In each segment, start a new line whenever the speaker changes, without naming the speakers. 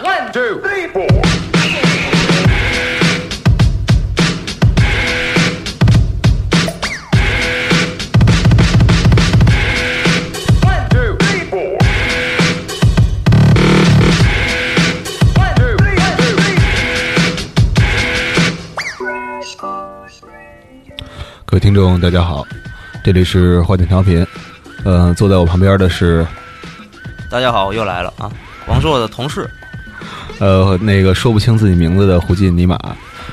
One, two, three, four.
各位听众，大家好，这里是花点调频，呃，坐在我旁边的是
大家好，我又来了啊！王硕的同事，
呃那个说不清自己名字的胡进尼玛，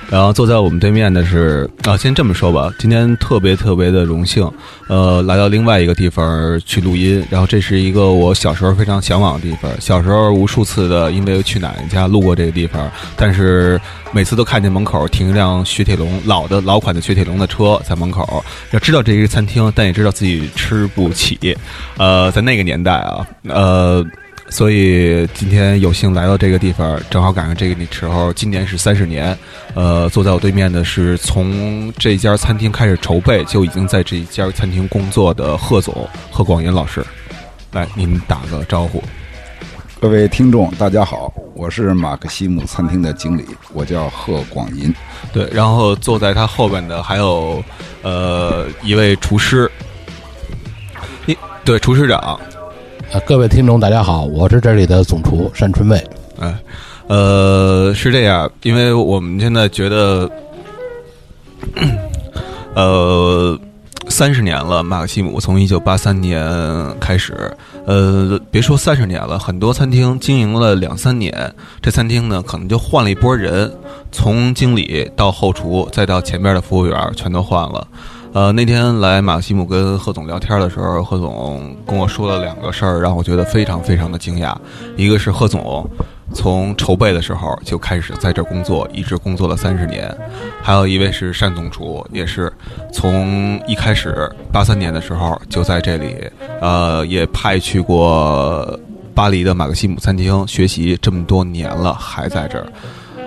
然后坐在我们对面的是啊，先这么说吧，今天特别特别的荣幸，呃，来到另外一个地方去录音，然后这是一个我小时候非常向往的地方，小时候无数次的因为去奶奶家路过这个地方，但是每次都看见门口停一辆雪铁龙老的老款的雪铁龙的车在门口，要知道这是一个餐厅，但也知道自己吃不起，呃，在那个年代啊，呃。所以今天有幸来到这个地方，正好赶上这个时候，今年是三十年。呃，坐在我对面的是从这家餐厅开始筹备就已经在这家餐厅工作的贺总贺广元老师，来，您打个招呼。
各位听众，大家好，我是马克西姆餐厅的经理，我叫贺广银。
对，然后坐在他后边的还有呃一位厨师，你对厨师长，
啊，各位听众，大家好，我是这里的总厨单春卫。
哎，呃，是这样，因为我们现在觉得，呃，三十年了，马克西姆从一九八三年开始，呃，别说三十年了，很多餐厅经营了两三年，这餐厅呢可能就换了一波人，从经理到后厨，再到前面的服务员，全都换了。呃，那天来马克西姆跟贺总聊天的时候，贺总跟我说了两个事儿，让我觉得非常非常的惊讶。一个是贺总从筹备的时候就开始在这儿工作，一直工作了三十年；还有一位是单总厨，也是从一开始八三年的时候就在这里，呃，也派去过巴黎的马克西姆餐厅学习这么多年了，还在这儿。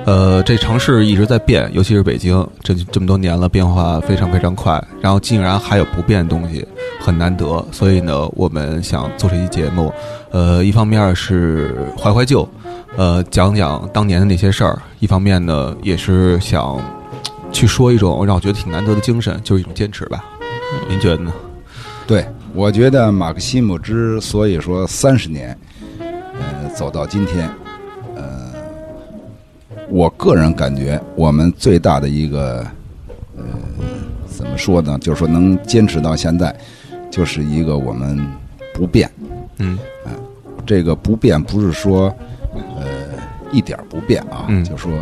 呃，这城市一直在变，尤其是北京，这这么多年了，变化非常非常快，然后竟然还有不变的东西，很难得。所以呢，我们想做这期节目，呃，一方面是怀怀旧，呃，讲讲当年的那些事儿；一方面呢，也是想去说一种让我觉得挺难得的精神，就是一种坚持吧。您觉得呢？
对，我觉得马克西姆之所以说三十年，呃，走到今天，呃，我个人感觉我们最大的一个，呃，怎么说呢？就是说能坚持到现在，就是一个我们不变。啊
嗯
这个不变不是说，呃，一点儿不变啊，
嗯
就说，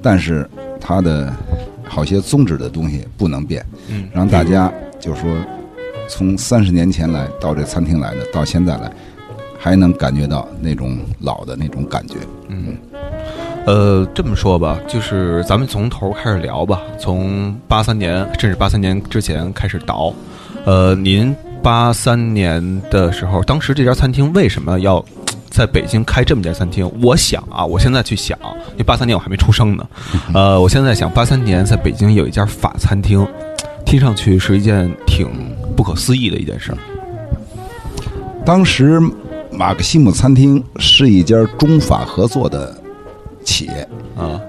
但是它的好些宗旨的东西不能变，
嗯
让大家就说，从三十年前来到这餐厅来的，到现在来，还能感觉到那种老的那种感觉。
嗯，呃，这么说吧，就是咱们从头开始聊吧，从八三年甚至八三年之前开始倒。呃，您八三年的时候，当时这家餐厅为什么要在北京开这么家餐厅？我想啊，我现在去想，因为八三年我还没出生呢。
嗯
呃，我现在想，八三年在北京有一家法餐厅，听上去是一件挺不可思议的一件事儿。
当时马克西姆餐厅是一家中法合作的企业，
啊，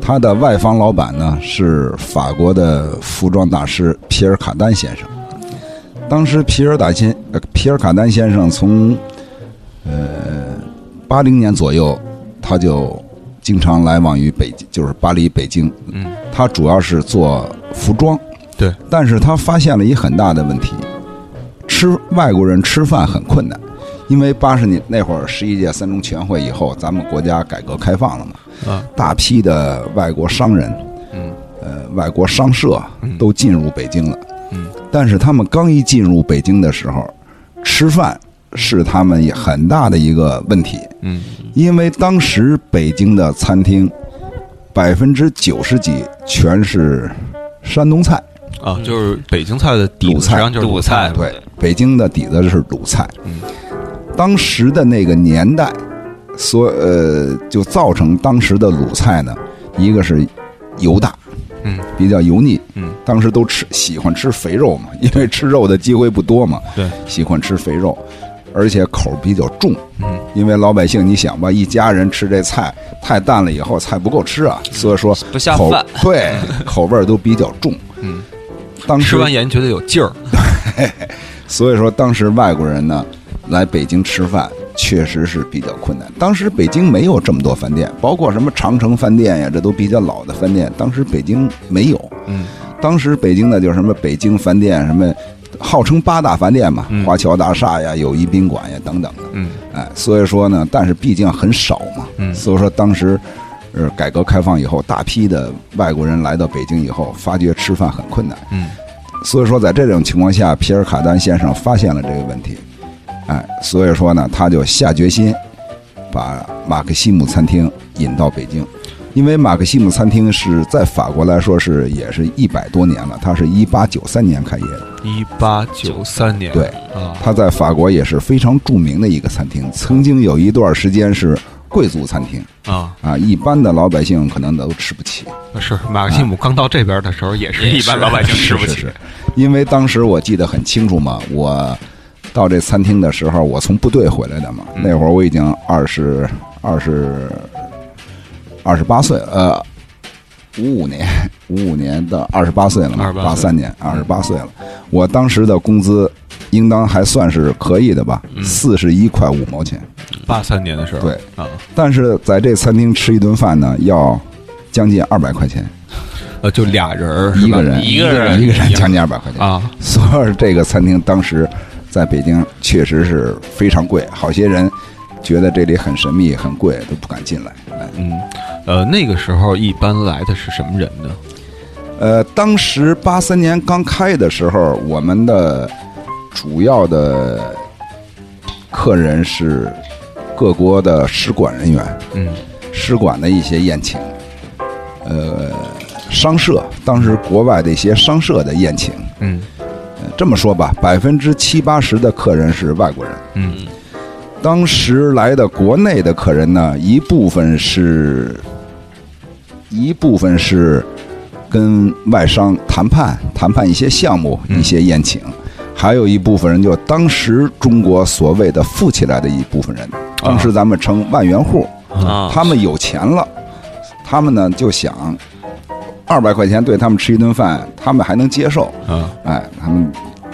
它的外方老板呢是法国的服装大师皮尔卡丹先生。当时皮尔达先呃皮尔卡丹先生从呃八零年左右，他就经常来往于北京，就是巴黎、北京。
嗯，
他主要是做服装。
对，
但是他发现了一很大的问题，吃外国人吃饭很困难，因为八十年那会儿十一届三中全会以后，咱们国家改革开放了嘛，
啊，
大批的外国商人，
嗯，
呃，外国商社
嗯
都进入北京了，
嗯，
但是他们刚一进入北京的时候，吃饭是他们也很大的一个问题，
嗯
因为当时北京的餐厅百分之九十几全是山东菜。
啊，就是北京菜的底子
鲁
实
嗯菜
际上就是鲁菜嘛，
对，北京的底子是鲁菜。
嗯
当时的那个年代，所呃就造成当时的鲁菜呢，一个是油大，
嗯，
比较油腻，
嗯，
当时都吃喜欢吃肥肉嘛，因为吃肉的机会不多嘛，
对，
喜欢吃肥肉。而且口儿比较重。
嗯，
因为老百姓，你想吧，一家人吃这菜太淡了，以后菜不够吃啊，所以说
不下
口
饭，
对口味儿都比较重。
嗯，
当
吃
时
完盐觉得有劲儿，
所以说，当时外国人呢来北京吃饭确实是比较困难。当时北京没有这么多饭店，包括什么长城饭店呀，这都比较老的饭店。当时北京没有，
嗯，
当时北京呢就是什么北京饭店，什么号称八大饭店嘛，
嗯
华侨大厦呀、友谊宾馆呀等等的。
嗯
哎，所以说呢，但是毕竟很少嘛，
嗯
所以说当时，呃，改革开放以后，大批的外国人来到北京以后，发觉吃饭很困难，
嗯
所以说在这种情况下，皮尔卡丹先生发现了这个问题，哎，所以说呢，他就下决心把马克西姆餐厅引到北京，因为马克西姆餐厅是在法国来说是也是一百多年了，它是一八九三年开业的，
一八九三年，
对。
啊，
它在法国也是非常著名的一个餐厅，曾经有一段时间是贵族餐厅
啊，
啊，一般的老百姓可能都吃不起，
是马克西姆刚到这边的时候，也是一般老百姓吃不
是是
起
是。因为当时我记得很清楚嘛，我到这餐厅的时候，我从部队回来的嘛，
嗯
那会儿我已经二十二十二十八岁，呃，五五年 五五年到二十八岁了嘛，
28
八
岁嗯
三年二十八岁了，我当时的工资应当还算是可以的吧，
嗯
四十一块五毛钱。
八三年的时候，
对
啊，
但是在这餐厅吃一顿饭呢，要将近二百块钱，
呃，就俩人儿是
一
吧
个人
一个人
一个人将近二百块钱。
啊，
所以说这个餐厅当时在北京确实是非常贵，好些人觉得这里很神秘、很贵，都不敢进来。哎
嗯，呃，那个时候一般来的是什么人呢？
呃，当时八三年刚开的时候，我们的主要的客人是各国的使馆人员，
嗯
使馆的一些宴请，呃，商社，当时国外的一些商社的宴请。
嗯
呃这么说吧，百分之七八十的客人是外国人。
嗯
当时来的国内的客人呢，一部分是，一部分是跟外商谈判，谈判一些项目、
嗯
一些宴请，还有一部分人就当时中国所谓的富起来的一部分人，当时咱们称万元户，
啊，
啊，
嗯他们有钱了，他们呢就想，二百块钱对他们吃一顿饭，他们还能接受，
啊
哎，他们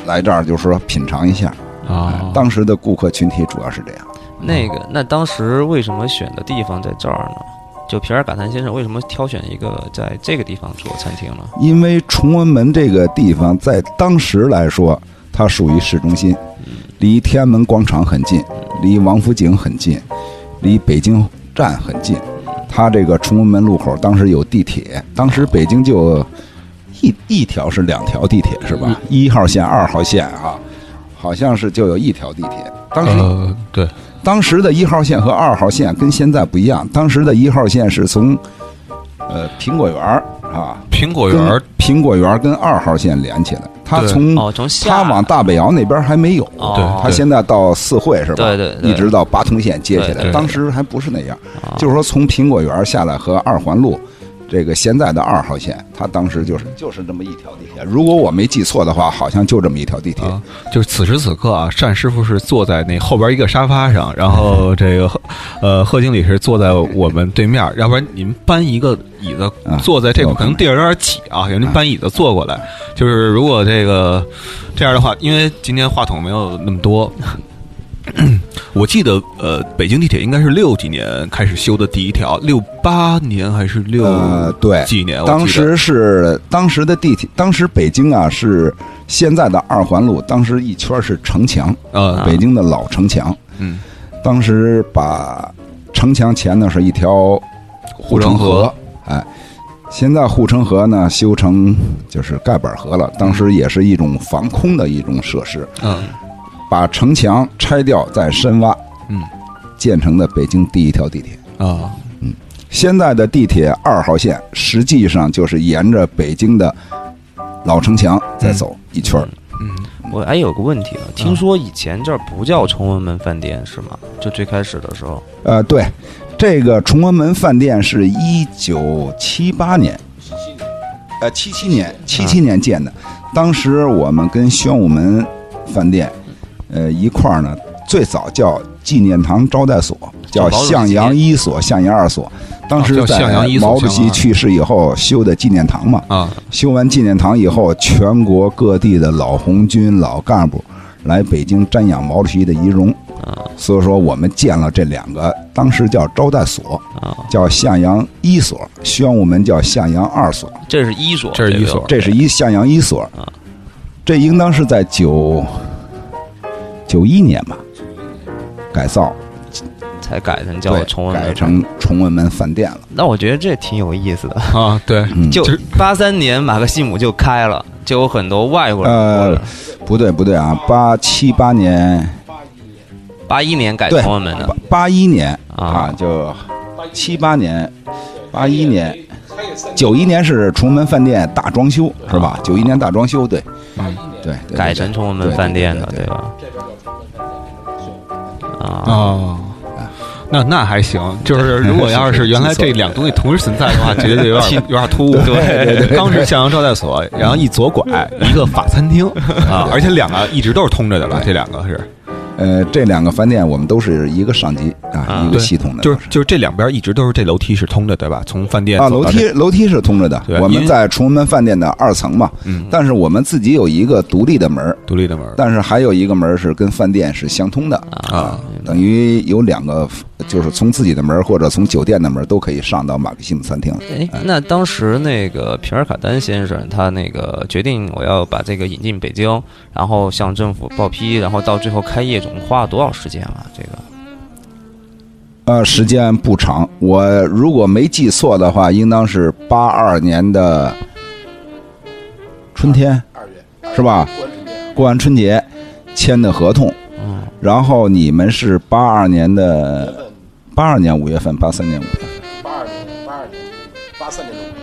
来这儿就说品尝一下，哎
啊，
当时的顾客群体主要是这样。
那个那当时为什么选的地方在这儿呢？就皮尔卡丹先生为什么挑选一个在这个地方做餐厅呢？
因为崇文门这个地方在当时来说，它属于市中心，离天安门广场很近，离王府井很近，离北京站很近。它这个崇文门路口当时有地铁，当时北京就一一条是两条地铁是吧？一号线、二号线啊，好像是就有一条地铁。当时
呃，对，
当时的一号线和二号线跟现在不一样，当时的一号线是从呃苹果园儿啊
苹果园
跟
儿
苹果园跟二号线连起来，它
嗯对
从
哦，从下
它往大北窑那边还没有，
哦，
它现在到四惠是吧？
对对对
一直到八通线接起
对
对
来，当时还不是那样，
啊
就是说从苹果园下来和二环路。这个现在的二号线，它当时就是就是这么一条地铁。如果我没记错的话，好像就这么一条地铁。
啊，就是此时此刻啊，单师傅是坐在那后边一个沙发上，然后这个呃贺经理是坐在我们对面，要不然您搬一个椅子
啊
坐在这块，
我
可能地儿有点挤啊，有您搬椅子坐过来。就是如果这个这样的话，因为今天话筒没有那么多。我记得，呃，北京地铁应该是六几年开始修的第一条，六八年还是六
呃对
几年？我记得
当时是当时的地铁，当时北京啊是现在的二环路，当时一圈是城墙，
呃，
北京的老城墙。
嗯，
当时把城墙前呢是一条护城河，哎，现在护城河呢修成就是盖板河了，当时也是一种防空的一种设施，
嗯
把城墙拆掉再深挖，
嗯
建成的北京第一条地铁。
啊
现在的地铁二号线实际上就是沿着北京的老城墙再走一圈儿，嗯
嗯，
我还有个问题啊，听说以前这儿不叫崇文门饭店是吗？就最开始的时候，
呃，对，这个崇文门饭店是一九七八年，呃，七七年，七七年建的。当时我们跟宣武门饭店，呃，一块儿呢最早叫纪念堂招待所，叫
毛主席
向阳一所、向阳二所。当时
哦叫向
在
阳一所
毛主
向
席
阳二
去世以后修的纪念堂嘛，
啊，
修完纪念堂以后，全国各地的老红军、老干部来北京瞻仰毛主席的遗容。
啊
所以说，我们建了这两个，当时叫招待所，
啊，
叫向阳一所，宣武门叫向阳二所，
这是一所，
这是一所
这是一向阳一所
啊。
这应当是在九九一年吧，改造，
才改成叫
对，
崇文门
改成崇文门饭店了。
那我觉得这挺有意思的。
啊，对，
嗯
就
其实
八三年马克西姆就开了，就有很多外国人过来。
呃不对不对啊，八七八年，
八一年改
对
崇文门的
八八一年啊
啊，，
就七八年、八一年、九一年是崇文门饭店大装修是吧？九一年大装修，对，对，对对
改成崇文门饭店的，对吧？啊，
啊。那那还行，就是如果要是原来这两个东西同时存在的话，觉得 就有点有点突兀。对，刚是向阳招待 所，然后一左拐一个法餐 厅啊，而且两个一直都是通着的了，这两个是，
呃，这两个饭店我们都是一个上级啊
啊，
一个系统的，
就是就是这两边一直都是这楼梯是通着对吧？从饭店
啊，
走
楼
到这
梯楼梯是通着的
对，
我
因
们
为
在崇文门饭店的二层嘛，
嗯
但是我们自己有一个独立的门儿，
独立的门
但是还有一个门儿是跟饭店是相通的
啊，
等于有两个，就是从自己的门儿或者从酒店的门儿都可以上到马克西姆餐厅了。
哎，那当时那个皮尔卡丹先生，他那个决定我要把这个引进北京，然后向政府报批，然后到最后开业，总共花了多少时间啊？这个
呃，时间不长，我如果没记错的话，应当是八二年的春天，是吧？过完春节签的合同，
嗯，
然后你们是八二年的八二年五月份，八三年五月份，
八二年、八二年、八三年的五月，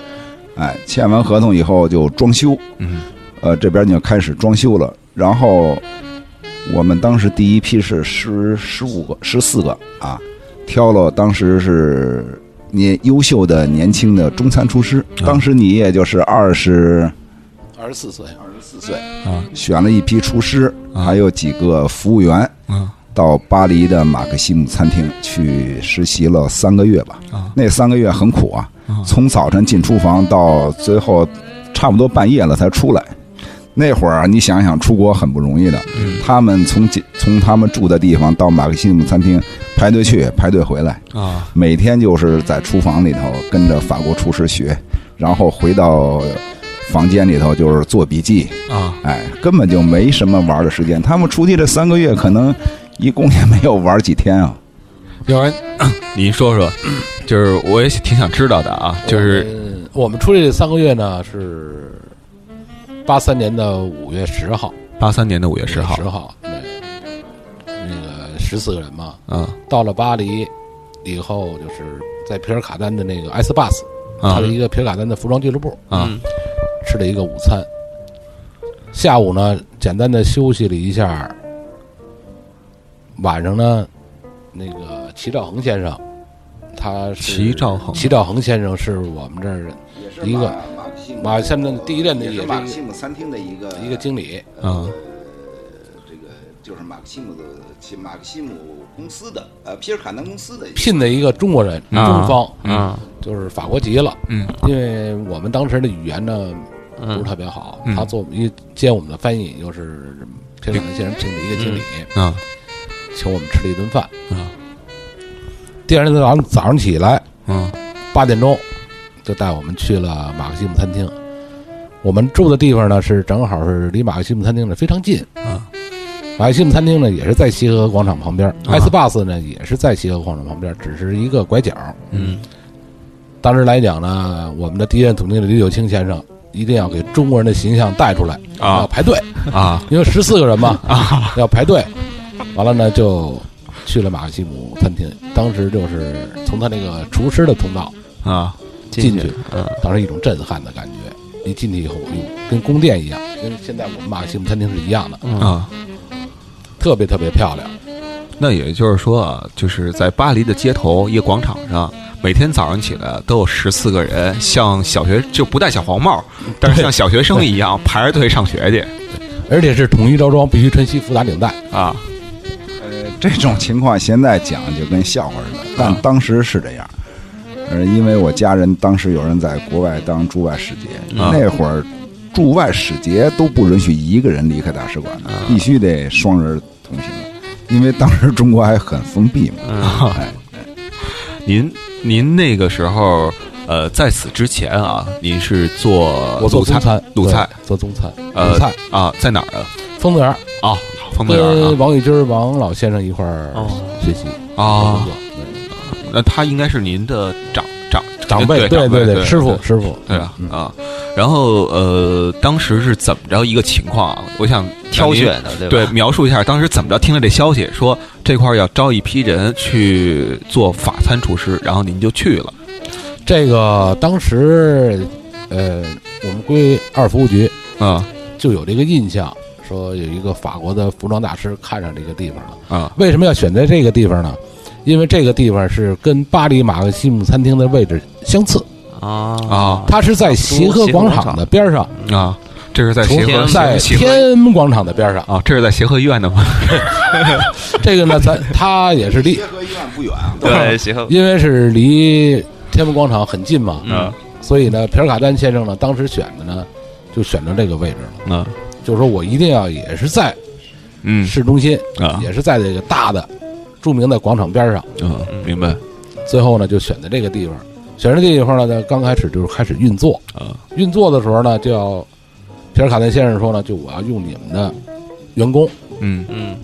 哎，签完合同以后就装修，
嗯，
呃，这边就开始装修了，然后我们当时第一批是十十五个、十四个啊，挑了当时是年优秀的年轻的中餐厨师，
啊
当时你也就是二十
二十四岁，二十四岁，
啊
选了一批厨师，
啊
还有几个服务员，
嗯
到巴黎的马克西姆餐厅去实习了三个月吧。
啊
那三个月很苦啊，
啊
从早晨进厨房到最后差不多半夜了才出来。那会儿啊你想想，出国很不容易的。
嗯
他们从进从他们住的地方到马克西姆餐厅排队去，排队回来，
啊
每天就是在厨房里头跟着法国厨师学，然后回到房间里头就是做笔记，
啊
哎，根本就没什么玩的时间。他们出去这三个月，可能一共也没有玩几天啊。
要不然
您说 说，就是我也挺想知道的啊，就是
嗯我们出去三个月呢是八三年的五月十号，
八三年的五月十号
十号，对，那个十四个人嘛，
啊
到了巴黎以后，就是在皮尔卡丹的那个 S Bus，它
啊
是一个皮尔卡丹的服装俱乐部，
啊
嗯
吃了一个午餐。下午呢，简单的休息了一下。晚上呢，那个齐兆恒先生，他是
齐兆恒
齐兆恒先生是我们这儿一个马克西姆第一任的也是也是马克西
姆餐厅的一个
一个经理，
啊
这个就是马克西姆的马克西姆公司的呃皮尔卡丹公司的
聘的一个中国人，
啊
中方，
嗯
就是法国籍了。
嗯
因为我们当时的语言呢不是
嗯
特别好，
嗯
他做我们一接我们的翻译，又是皮尔卡丹先生聘的一个经理，
啊
请我们吃了一顿饭。
啊
第二天早上早上起来，
嗯
八点钟就带我们去了马克西姆餐厅。我们住的地方呢是正好是离马克西姆餐厅呢非常近。
啊
马克西姆餐厅呢也是在西河广场旁边
啊
，S Bus 呢也是在西河广场旁边，只是一个拐角。
嗯
当时来讲呢，我们的第一任总经理李九清先生一定要给中国人的形象带出来，
啊
要排队，
啊
因为十四个人嘛， 要排队。完了呢，就去了马克西姆餐厅。当时就是从他那个厨师的通道
啊
进去，
嗯
当时一种震撼的感觉。一进去以后，哟，跟宫殿一样，跟现在我们马克西姆餐厅是一样的，
嗯
啊！
特别特别漂亮。
那也就是说啊，就是在巴黎的街头一个广场上，每天早上起来都有十四个人，像小学就不戴小黄帽，但是像小学生一样排着 队上学去
而且是统一着装，必须穿西服打领带。
啊
呃，这种情况现在讲就跟笑话似的，但当时是这样。呃，因为我家人当时有人在国外当驻外使节，
啊
那会儿驻外使节都不允许一个人离开大使馆的，必须得双人同行的，因为当时中国还很封闭嘛。
嗯
哎，
您您那个时候，呃，在此之前啊，您是做
我做
呃鲁
中
菜
餐，
鲁菜
对做中餐，
呃
鲁菜，
啊，在哪儿啊？
丰泽园儿
哦，方子园
跟
啊
王玉军、王老先生一块儿
哦
学习和工
啊
作，对
那他应该是您的长长
长辈，
对
对
长辈
对，师傅嗯
对
师傅，
对啊啊。然后呃，当时是怎么着一个情况啊？我想
挑选的对吧？
对，描述一下当时怎么着听了这消息，说这块儿要招一批人去做法餐厨师，然后您就去了。
这个当时，呃，我们归二服务局
啊
就有这个印象，说有一个法国的服装大师看上这个地方了。
啊
为什么要选在这个地方呢？因为这个地方是跟巴黎马克西姆餐厅的位置相似，
啊
啊
它是在协和广场的边上，
啊！这是在
重
协和
在
协和
天安门广场的边 上。
啊，这是在协和医院的吗？
这个呢，咱它也是离，
和医院不远啊，
对，协和
因为是离天安门广场很近嘛，
嗯
啊
所以呢，皮尔卡丹先生呢，当时选的呢，就选择这个位置了，
啊
就是说我一定要也是在
嗯
市中心，
啊
也是在这个大的著名的广场边上。
啊，明白
最后呢，就选择这个地方。选择这个地方呢，刚开始就是开始运作。
啊
运作的时候呢，就要皮尔卡丹先生说呢，就我要用你们的员工。
嗯，
嗯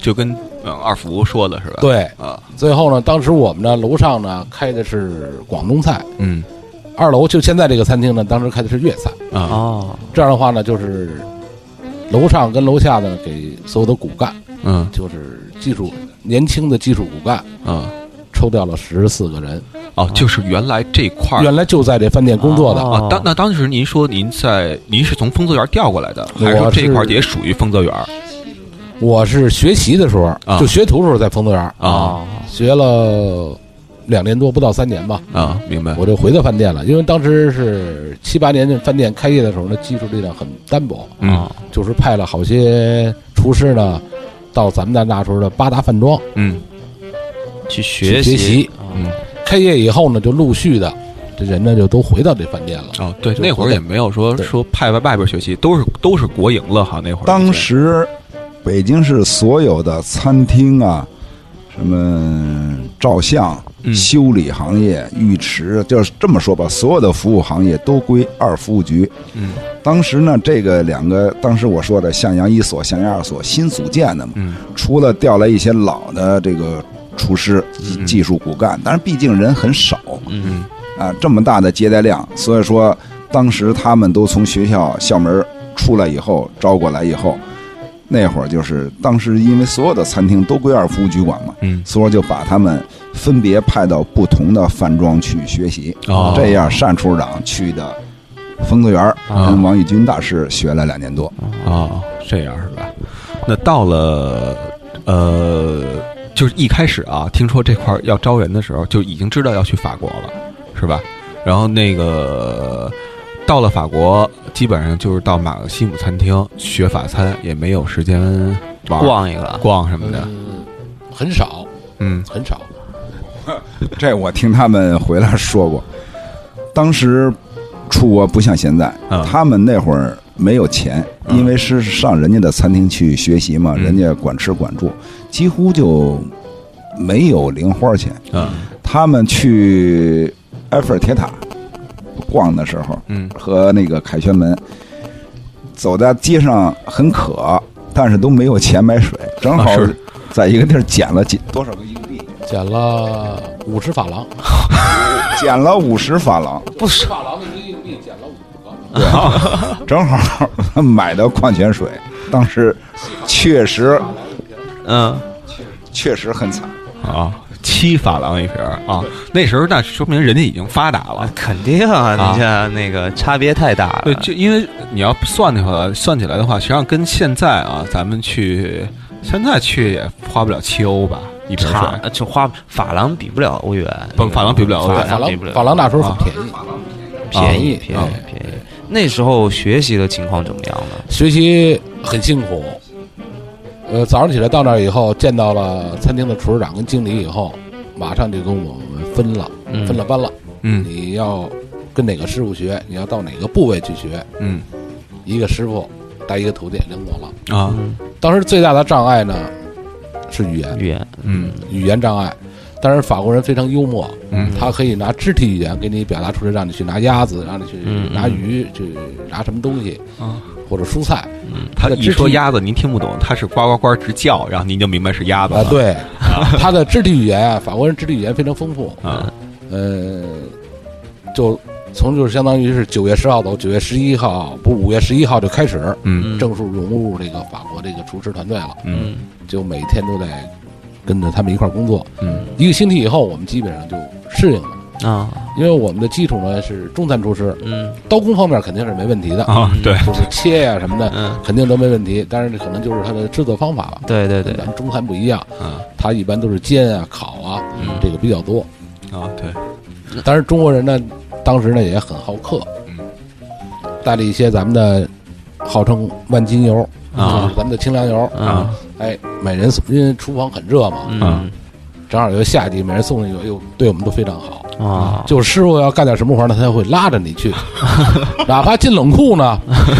就跟呃二福说的是吧？
对，
啊
最后呢，当时我们呢楼上呢开的是广东菜，
嗯
二楼就现在这个餐厅呢，当时开的是粤菜。
啊
哦
这样的话呢，就是楼上跟楼下呢给所有的骨干，
嗯
就是技术年轻的技术骨干，
啊
抽调了十四个人，
哦，就是原来这块儿
原来就在这饭店工作的。
哦
啊，当那当时您说您在您是从丰泽园调过来的，还
我
说这
是
块儿也属于丰泽园
我是学习的时候，
啊
就学徒时候在丰泽园儿
啊
哦
学了两年多，不到三年吧，
啊？明白
我就回到饭店了。因为当时是七八年，那饭店开业的时候呢，技术力量很单薄，
哦
嗯
就是派了好些厨师呢，到咱们那那时候的八大饭庄
嗯
去学
去学习
嗯
开业以后呢，就陆续的这人呢就都回到这饭店了。
哦，对，
就
那会儿
回
也没有说
对
说派外外边学习，都是都是国营了哈。那会儿
当时北京市所有的餐厅啊，什么照相、
嗯
修理行业、浴池，就是这么说吧，所有的服务行业都归二服务局。
嗯
当时呢，这个两个，当时我说的向阳一所、向阳二所新组建的嘛，
嗯
除了调来一些老的这个厨师、
嗯
技术骨干，但是毕竟人很少，
嗯
啊，这么大的接待量，所以说当时他们都从学校校门儿出来以后招过来以后，那会儿就是当时因为所有的餐厅都归二服务局管嘛，
嗯
所以就把他们分别派到不同的饭庄去学习。
哦
这样单处长去的丰泽园儿
啊
跟王玉军大师学了两年多。
哦，这样是吧？那到了呃，就是一开始啊，听说这块儿要招人的时候，就已经知道要去法国了，是吧？然后那个到了法国，基本上就是到马克西姆餐厅学法餐，也没有时间玩儿
逛一个了，
逛什么的。
嗯，很少
嗯
很少，
这我听他们回来说过，当时出国不像现在，
嗯
他们那会儿没有钱，
嗯
因为是上人家的餐厅去学习嘛，
嗯
人家管吃管住，几乎就没有零花钱。
嗯
他们去埃菲尔铁塔逛的时候，
嗯
和那个凯旋门，走在街上很渴，但是都没有钱买水，正好
啊是
在一个地儿捡了几多少个硬币，
减了五十法郎，
捡了五十法郎。
不是
法郎的一个硬币减了五个。
正好 买的矿泉水，当时确实
嗯
确实很惨。
啊，七法郎一瓶儿啊，
嗯
那时候那说明人家已经发达了
啊。肯定啊，你这那个差别太大了，
对，就因为你要算的话，算起来的话，实际上跟现在啊，咱们去现在去也花不了七欧吧，一瓶
差
水。
呃就花法郎比不了欧元，
不法郎比不了欧元
法
法郎比
郎
不了，
法郎那时候很便
便宜
宜，啊
便宜
啊
便宜。那时候学习的情况怎么样呢？
学习很辛苦。呃，早上起来到那儿以后，见到了餐厅的厨师长跟经理以后，马上就跟我们分了，
嗯
分了班了。
嗯
你要跟哪个师傅学，你要到哪个部位去学，
嗯
一个师傅带一个徒弟领走了。
啊
嗯，
当时最大的障碍呢是语言，
语言，
嗯
语言障碍。但是法国人非常幽默，
嗯
他可以拿肢体语言给你表达出来，让你去拿鸭子，让你去
嗯
拿
嗯
鱼，去拿什么东西
啊，
或者蔬菜
他
的
一
肢
说
体
鸭子您听不懂，他是呱呱呱直叫，然后您就明白是鸭子
啊
了。。
对，他的肢体语言啊，法国人肢体语言非常丰富。
啊，
呃，就从就是相当于是九月十号走，九月十一号不五月十一号就开始
嗯
正式融入这个法国这个厨师团队了，
嗯
嗯
就每天都在跟着他们一块儿工作。
嗯
一个星期以后，我们基本上就适应了，
啊，
因为我们的基础呢是中餐厨师，
嗯哦
刀工方面肯定是没问题的，
啊，对，
就是切呀、什么的
嗯，
肯定都没问题，但是可能就是它的制作方法吧。
对对对
跟，咱们中餐不一样，
啊
它一般都是煎啊、烤啊，
嗯
这个比较多。
啊，对，
但是中国人呢，当时呢也很好客，
嗯
带了一些咱们的号称万金油，
啊
就是咱们的清凉油。
啊
哎，每人送因为厨房很热嘛，
嗯
正好又夏季，每人送一个，又对我们都非常好。
啊，
就是师傅要干点什么活呢，他会拉着你去， 哪怕进冷库呢，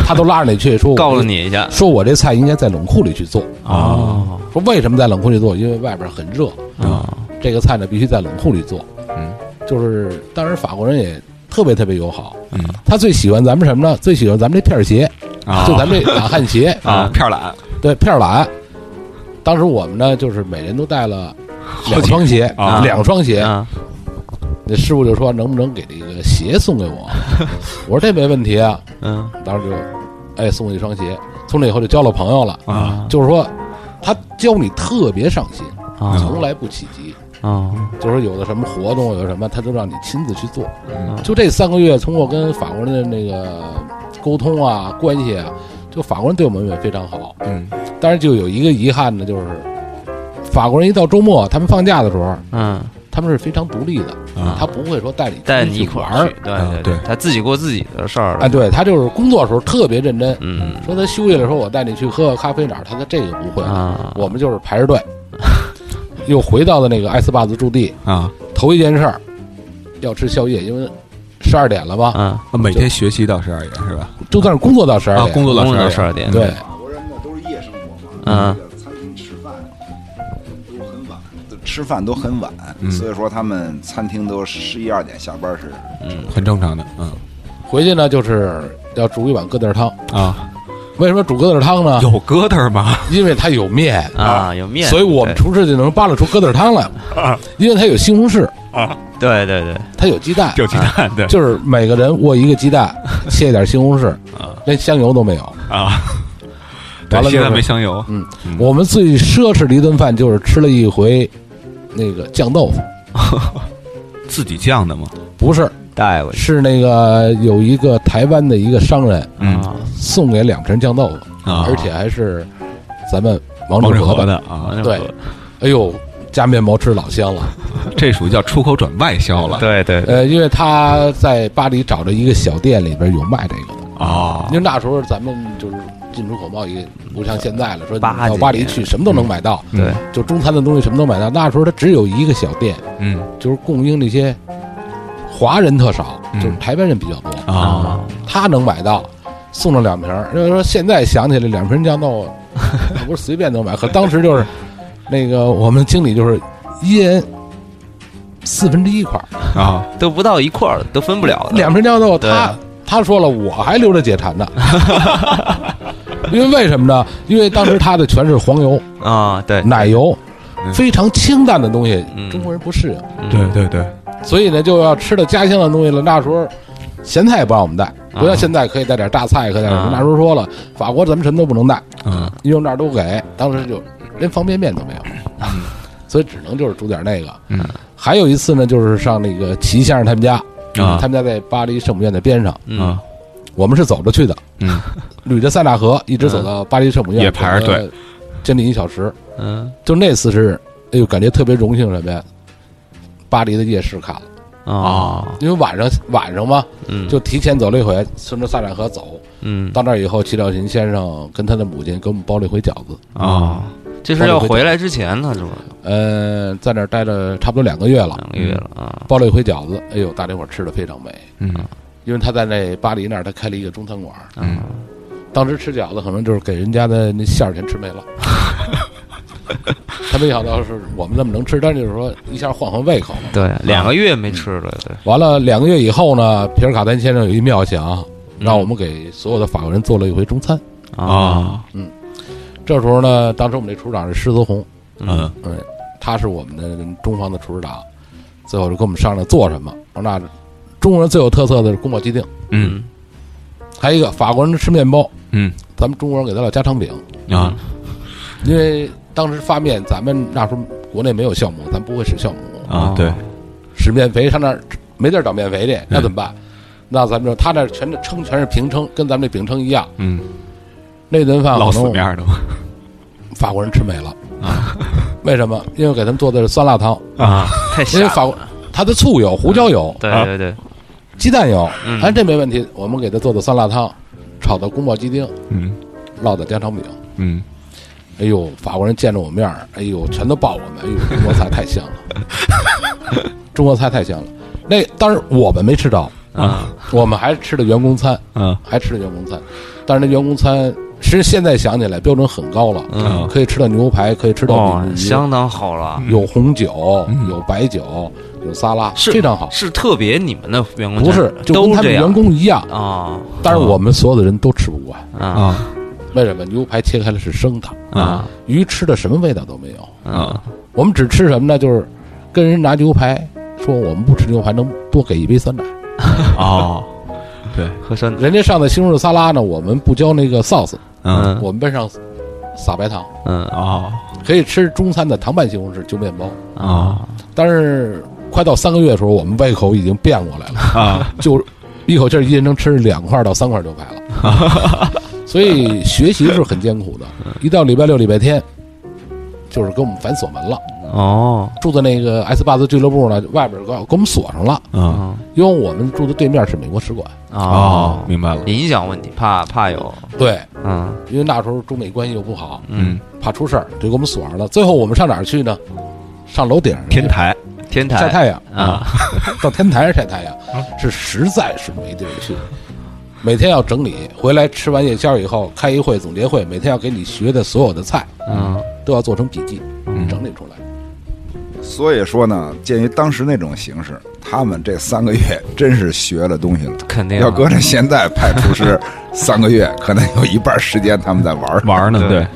他都拉着你去，说我
告了，你一下
说我这菜应该在冷库里去做。
啊
哦
说为什么在冷库里做？因为外边很热，
啊
这个菜呢必须在冷库里做。
嗯
就是当时法国人也特别特别友好，
嗯
他最喜欢咱们什么呢？最喜欢咱们这片儿鞋，
啊，
就咱们 这懒汉鞋，
啊片儿懒，
对片儿懒。当时我们呢，就是每人都带了两双鞋，
啊
两双鞋。
啊
那师傅就说能不能给这个鞋送给我？ 我说这没问题啊。
嗯
当时就，哎，送我一双鞋。从那以后就交了朋友了，
啊
就是说他教你特别上心，从
啊
来不起急。
啊
就是说有的什么活动，有的什么，他都让你亲自去做。
嗯
就这三个月，通过跟法国人的那个沟通啊、关系啊，就法国人对我们也非常好。
嗯
但是就有一个遗憾呢，就是法国人一到周末，他们放假的时候，
嗯，
他们是非常独立的，
啊
他不会说带你
带
出
你
去
一块
玩
儿
儿
去，。对对，他自己过自己的事儿
哎，对他就是工作的时候特别认真，
嗯
说他休息的时候我带你去喝个咖啡哪儿，他的这个不会。
啊，
我们就是排着队，又回到了那个艾斯巴兹驻地，
啊，
头一件事儿要吃宵夜，因为十二点了嘛，
嗯，
每天学习到十二点是吧？
就在那儿工作到十二
啊，
点。
工作到
工
十
作
二
十
点，
二点，
对，
法国人呢都是夜生活
嗯
嘛，这个餐厅吃饭都很晚，都吃饭都很晚，
嗯
所以说他们餐厅都十一二点下班是
很正常的，嗯
回去呢就是要煮一碗疙瘩汤。
啊，
为什么煮疙瘩汤呢？
有疙瘩吗？
因为它有面，
啊，有面，
所以我们厨师就能扒拉出疙瘩汤来了。因为它有西红柿，
对对对，
它有鸡蛋，
有鸡蛋，对
就是每个人握一个鸡蛋，切一点西红柿
啊，
连香油都没有。
啊，对
完了就是
现在没香油，嗯
我们最奢侈的一顿饭就是吃了一回那个酱豆腐，
自己酱的嘛，
不是，
带过去
是那个有一个台湾的一个商人
嗯
啊，
送给两瓶酱豆腐，
啊，
而且还是咱们王
王
致
致
和
和
的。
的啊，
对，哎呦，加面包吃老香了。
这属于叫出口转外销了
对对对，
呃，因为他在巴黎找着一个小店，里边有卖这个的。
啊
因为那时候咱们就是进出口贸易不像现在了，说你
八几
到巴黎
年嗯
去什么都能买到，
对，
就中餐的东西什么都买到。那时候它只有一个小店，
嗯
就是供应那些华人特少，
嗯
就是台湾人比较多，
啊，
他能买到，送了两瓶儿。就是说现在想起来，两瓶酱 豆不是随便能买，可当时就是那个我们经理就是一人四分之一块儿。
啊
都不到一块儿，都分不了的，
两瓶酱豆，
嗯对
他他说了，我还留着解馋呢， 因为为什么呢？因为当时他的全是黄油、
啊，对，
奶油
嗯，
非常清淡的东西
嗯，
中国人不适应，
嗯
对对对，
所以呢就要吃的家乡的东西了。那时候咸菜也不让我们带，
啊
不像现在可以带点榨菜，可以带点什么。
啊
那时候说了，法国咱们什么都不能带，
嗯
因为那儿都给，当时就连方便面都没有，所以只能就是煮点那个。
嗯
还有一次呢，就是上那个齐先生他们家，
啊
他们家在巴黎圣母院的边上。
嗯
啊
我们是走着去的，
嗯
捋着塞纳河一直走到巴黎圣母院，
也排着队，
将近一小时。
嗯
就那次是，哎呦，感觉特别荣幸什么呀？巴黎的夜市看了，
啊，
因为晚上晚上嘛，
嗯，
就提前走了一回，顺着萨展河走
嗯
到那儿以后，齐了琴先生跟他的母亲给我们包了一回饺子，
啊，这是要回来之前呢，是不是？
呃，在那儿待了差不多两个月了，
两个月了啊，
包了一回饺子，哎呦，大家伙儿吃的非常美，
嗯
因为他在那巴黎那儿他开了一个中餐馆儿，
嗯，
当时吃饺子可能就是给人家的那馅儿全吃没 了。他没想到是我们那么能吃，但是就是说一下换换胃口嘛。
对，两个月没吃了，对，
完了两个月以后呢，皮尔卡丹先生有一妙想，
嗯
让我们给所有的法国人做了一回中餐。
哦
啊，
这时候呢，当时我们这厨师长是施泽红，
嗯
他是我们的中方的厨师长，最后就跟我们商量做什么。那中国人最有特色的是宫保鸡丁，
嗯
还有一个法国人吃面包，
嗯
咱们中国人给他俩家常饼，
啊
因为当时发面，咱们那时候国内没有酵母，咱不会使酵母，
啊，对，
使面肥上那儿没地儿找面肥去，那怎么办？
嗯
那咱们就他那儿全称全是平称，跟咱们这饼称一样。
嗯，
那顿饭
老
可
死
能
面儿的嘛
法国人吃没了啊？ 为什么？因为给他们做的是酸辣汤，
啊，
嗯太
因为
香，
法国它的醋有、胡椒有、
对对对，
鸡蛋有，
嗯
哎，这没问题。我们给他做的酸辣汤，炒的宫保鸡丁，
嗯
烙的家常饼。
嗯
哎呦，法国人见着我面儿，哎呦，全都抱我们，哎呦，中国菜太香了， 中国菜太香了。那当然我们没吃着，
啊
我们还吃的员工餐，
啊
还吃的员工餐。但是那员工餐，其实现在想起来标准很高了，
嗯
可以吃到牛排，可以吃到
哦
鲫，鱼，
相当好了，
有红酒，
嗯
有白酒，有沙拉，
是
非常好。
是特别你们的员工
不是，就跟
都
他
这
们
样
员工一样，
啊
但是我们所有的人都吃不惯。
啊
啊
为什么？牛排切开了是生的，
啊
鱼吃的什么味道都没有。
啊
嗯
我们只吃什么呢？就是跟人拿牛排说我们不吃牛排，能多给一杯酸奶。
哦，
喝酸
人家上的西红柿沙拉呢，我们不浇那个 sauce，
嗯
我们边上撒白糖，
嗯
哦
可以吃中餐的糖拌西红柿就面包。
啊
哦
但是快到三个月的时候，我们胃口已经变过来了，
啊
就一口气儿一人能吃两块到三块牛排了。 所以学习是很艰苦的，一到礼拜六、礼拜天，就是给我们反锁门了。
哦
住的那个艾斯巴兹俱乐部呢，外边儿给我给我们锁上了。
啊
嗯
因为我们住的对面是美国使馆。
哦，明白了，
啊影响问题，怕怕有
对，
嗯
因为那时候中美关系又不好，
嗯，
怕出事儿，就给我们锁上了。最后我们上哪儿去呢？上楼顶上去
天台
天台
晒太阳，
啊
到天台上晒太阳，
啊
是实在是没地儿去。每天要整理，回来吃完夜宵以后开一会总结会，每天要给你学的所有的菜
嗯
都要做成笔记
嗯，
整理出来。
所以说呢，鉴于当时那种形势，他们这三个月 真是学了东西了。
肯定
要搁着现在派厨师三个月，可能有一半时间他们在玩儿。
玩儿呢，
对
对。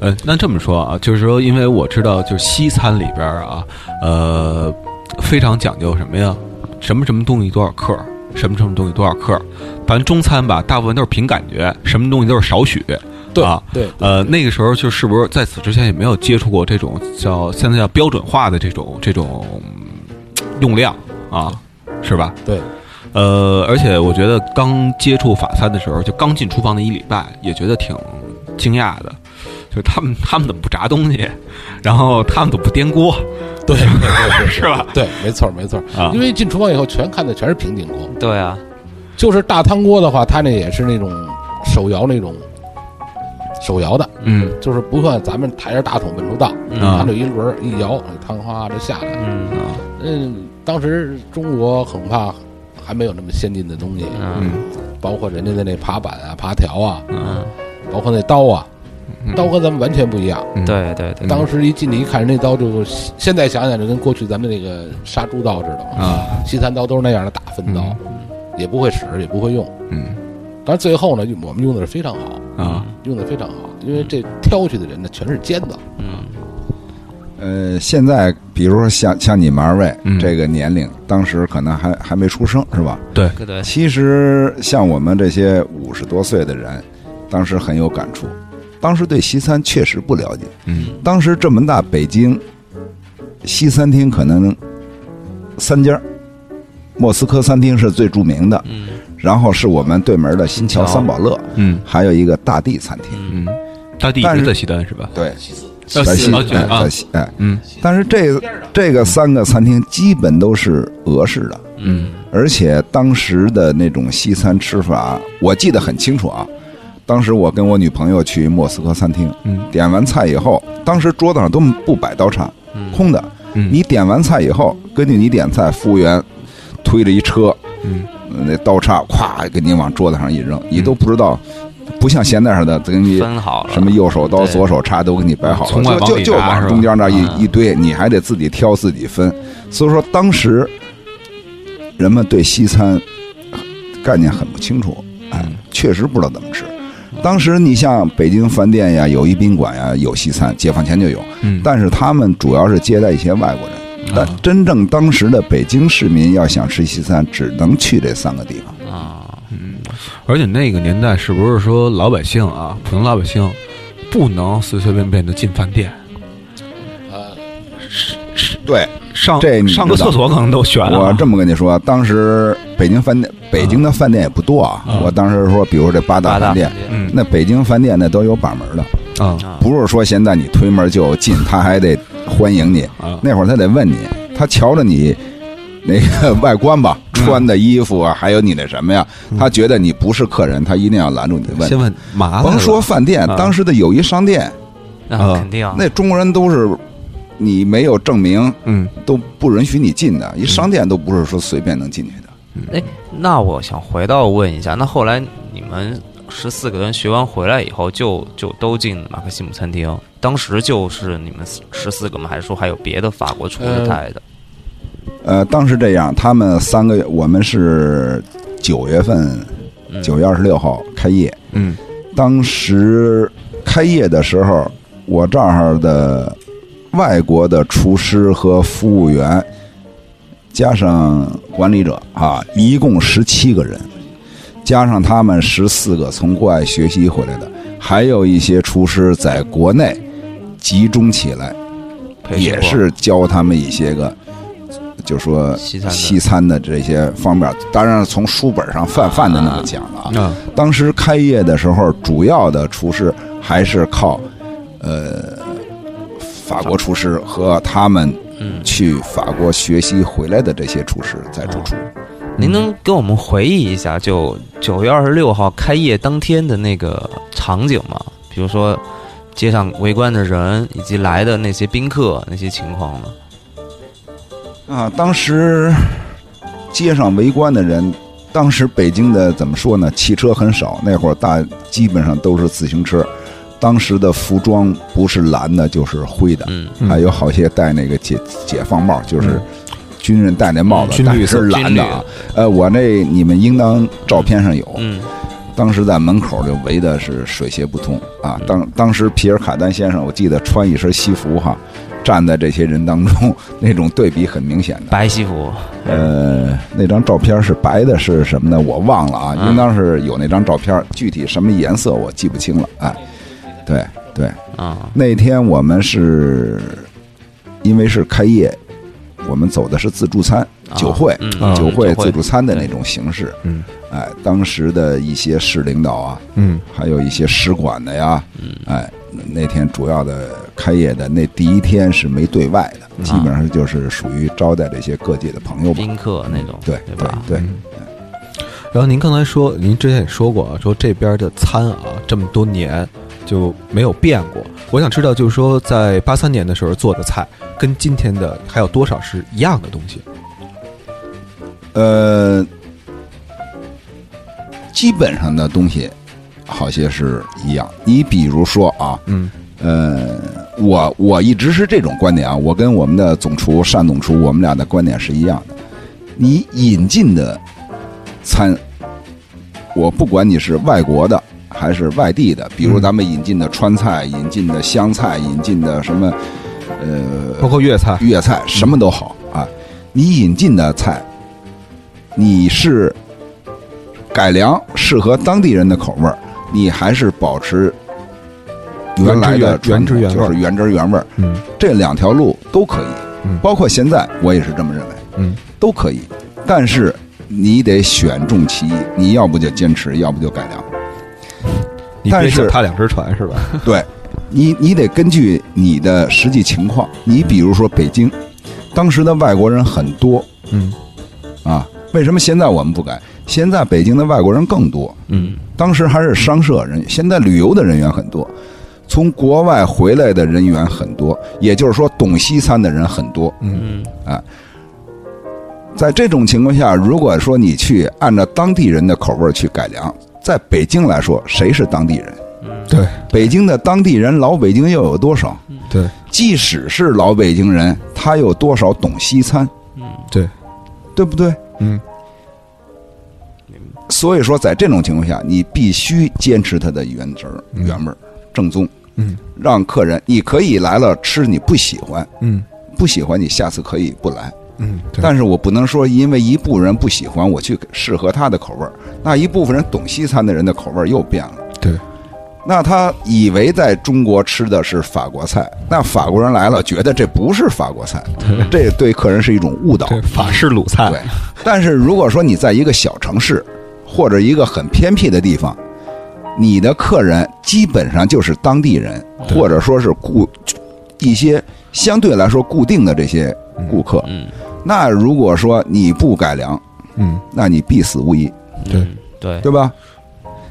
呃，那这么说啊，就是说，因为我知道，就是西餐里边儿啊，呃，非常讲究什么呀？什么什么东西多少克儿？什么什么东西多少克儿？咱中餐吧，大部分都是凭感觉，什么东西都是少许。
对
啊
对，
呃，那个时候就是不是在此之前也没有接触过这种叫现在叫标准化的这种这种嗯用量啊，是吧？
对。
呃，而且我觉得刚接触法餐的时候，就刚进厨房的一礼拜，也觉得挺惊讶的，就是他们 他们怎么不炸东西，然后他们怎么不颠锅，
对对
是吧？
对，没错没错。
啊
因为进厨房以后，全看的全是平底锅，
对啊
就是大汤锅的话，它那也是那种手摇那种手摇的，
嗯
就是不像咱们抬着大桶奔出道，
啊
它就一轮儿一摇，那汤哗就下来了。
嗯
嗯，当时中国恐怕还没有那么先进的东西，
嗯
嗯
包括人家的那爬板啊、爬条啊，
嗯
包括那刀啊
嗯，
刀和咱们完全不一样。
嗯
对对对
当时一进去一看，人那刀就现在想想就跟过去咱们那个杀猪刀似的，
啊
西餐刀都是那样的大分刀，也不会使，也不会用。
嗯
但是最后呢，我们用的是非常好，
啊
用的非常好，因为这挑去的人呢全是尖的，
嗯
呃，现在比如说像像你们二位、
嗯
这个年龄，当时可能还还没出生是吧？
对对
其实像我们这些五十多岁的人，当时很有感触。当时对西餐确实不了解，
嗯
当时这么大北京西餐厅可能三家儿，莫斯科餐厅是最著名的，
嗯
然后是我们对门的
新
新桥
桥
三宝乐，
嗯
还有一个大地餐厅。
嗯
嗯，大地一
但
直
是
在西单是吧？
对，
其次
呃
在西
啊对
哎
啊
在西哎，
嗯
但是这个这个三个餐厅基本都是俄式的，
嗯
而且当时的那种西餐吃法，我记得很清楚啊。当时我跟我女朋友去莫斯科餐厅，
嗯
点完菜以后，当时桌子上都不摆刀叉，空的。
嗯，
你点完菜以后，根据你点菜，服务员推着一车，
嗯
那刀叉咵给你往桌子上一扔，你都不知道，不像现在似的，给你
分好了，
什么右手刀、
对
左手叉都给你摆好
从
了，
外
就
往
就
里
就
拿是
往
吧
中间那一
嗯
一堆，你还得自己挑自己分。所以说当时人们对西餐概念很不清楚，哎，
嗯
确实不知道怎么吃。当时你像北京饭店呀、友谊宾馆呀有西餐，解放前就有，
嗯，
但是他们主要是接待一些外国人。但
啊
真正当时的北京市民要想吃西餐，只能去这三个地方。
啊，
而且那个年代是不是说老百姓啊，普通老百姓不能随随便便的进饭店，
呃，
对，
上
这你知道
上个厕所可能都悬了。
我这么跟你说，当时北京饭店，北京的饭店也不多啊。
嗯
我当时说，比如这八大
八大
饭店，嗯
嗯
那北京饭店那都有把门的，
啊
啊，
不是说现在你推门就进，他还得欢迎你。
啊
那会儿他得问你，他瞧着你那个外观吧，穿的衣服啊，还有你那什么呀，他觉得你不是客人，他一定要拦住你问。
先问麻烦
甭
了
说饭店，
啊
当时的友谊商店，
那
啊
肯定啊，
呃那中国人都是。你没有证明
嗯
都不允许你进的，一商店都不是说随便能进去的。
哎，那我想回到问一下，那后来你们十四个人学完回来以后就，就都进马克西姆餐厅。当时就是你们十四个吗？还是说还有别的法国厨师带的？
呃，当时这样，他们三个月，我们是九月份
嗯
九月二十六号开业。
嗯
当时开业的时候，我这儿的外国的厨师和服务员，加上管理者啊，一共十七个人，加上他们十四个从国外学习回来的，还有一些厨师在国内集中起来，
培训
也
过
是教他们一些个，就说
西餐的
西餐的这些方面，当然是从书本上泛泛的那么讲了啊。
嗯
啊
当时开业的时候，主要的厨师还是靠，呃，法国厨师和他们
嗯。
去法国学习回来的这些厨师在主厨。
您能给我们回忆一下，就九月二十六号开业当天的那个场景吗？比如说街上围观的人，以及来的那些宾客那些情况吗？
啊，当时街上围观的人，当时北京的怎么说呢？汽车很少，那会儿大基本上都是自行车。当时的服装不是蓝的，就是灰的，
嗯，
嗯
还有好些戴那个解解放帽，就是
嗯
军人戴那帽子，
军
但
绿
是
色
蓝的啊。呃，我那你们应当照片上有，
嗯
当时在门口就围的是水泄不通啊。当当时皮尔卡丹先生，我记得穿一身西服哈，站在这些人当中， 那种对比很明显的。
白西服，
呃，那张照片是白的，是什么呢？我忘了啊，
嗯
应当是有那张照片，具体什么颜色我记不清了。哎，对对，
啊，
那天我们是因为是开业，我们走的是自助餐
啊
酒会
嗯，
嗯
酒
酒
会
会
自助餐的那种形式。
嗯
哎，当时的一些市领导啊，
嗯
还有一些使馆的呀，
嗯
哎，那天主要的开业的那第一天是没对外
嗯
的，基本上就是属于招待这些各界的朋友吧。
宾客那种，
对
对
对
吧？
对，
然后您刚才说，您之前也说过啊，说这边的餐啊，这么多年就没有变过。我想知道，就是说，在八三年的时候做的菜，跟今天的还有多少是一样的东西？
呃，基本上的东西好些是一样。你比如说啊，
嗯
呃，我我一直是这种观点啊，我跟我们的总厨单总厨，我们俩的观点是一样的。你引进的餐，我不管你是外国的还是外地的，比
嗯
如咱们引进的川菜、引进的湘菜、引进的什么，呃，
包括粤菜，
粤菜什么都好啊。你引进的菜，你是改良适合当地人的口味儿，你还是保持原来的
原汁原原汁原味儿
传统就是原汁原味儿。
嗯
这两条路都可以，
嗯
包括现在我也是这么认为，
嗯
都可以。但是你得选中其一，你 要不就坚持，要不就改良。
你
但
别
是
脚踏两只船是吧？
对，你你得根据你的实际情况，你比如说北京，当时的外国人很多
嗯
啊，为什么现在我们不改？现在北京的外国人更多，
嗯
当时还是商社人，现在旅游的人员很多，从国外回来的人员很多，也就是说懂西餐的人很多。
嗯
在这种情况下，如果说你去按照当地人的口味儿去改良，在北京来说，谁是当地人？
对，
北京的当地人，老北京又有多少？
对，
即使是老北京人，他有多少懂西餐？
嗯，
对不对？
嗯，
所以说，在这种情况下，你必须坚持它的原汁儿、
嗯
原味儿、正宗。
嗯，
让客人，你可以来了吃你不喜欢，
嗯
不喜欢你下次可以不来。
嗯，对
但是我不能说因为一部分人不喜欢，我去适合他的口味儿，那一部分人懂西餐的人的口味儿又变了。
对，
那他以为在中国吃的是法国菜，那法国人来了觉得这不是法 国菜，这对客人是一种误导。
对法式鲁菜
对，但是如果说你在一个小城市或者一个很偏僻的地方，你的客人基本上就是当地人，
对
或者说是固一些相对来说固定的这些顾客。
嗯
那如果说你不改良，
嗯
那你必死无疑，
对
嗯对
对吧？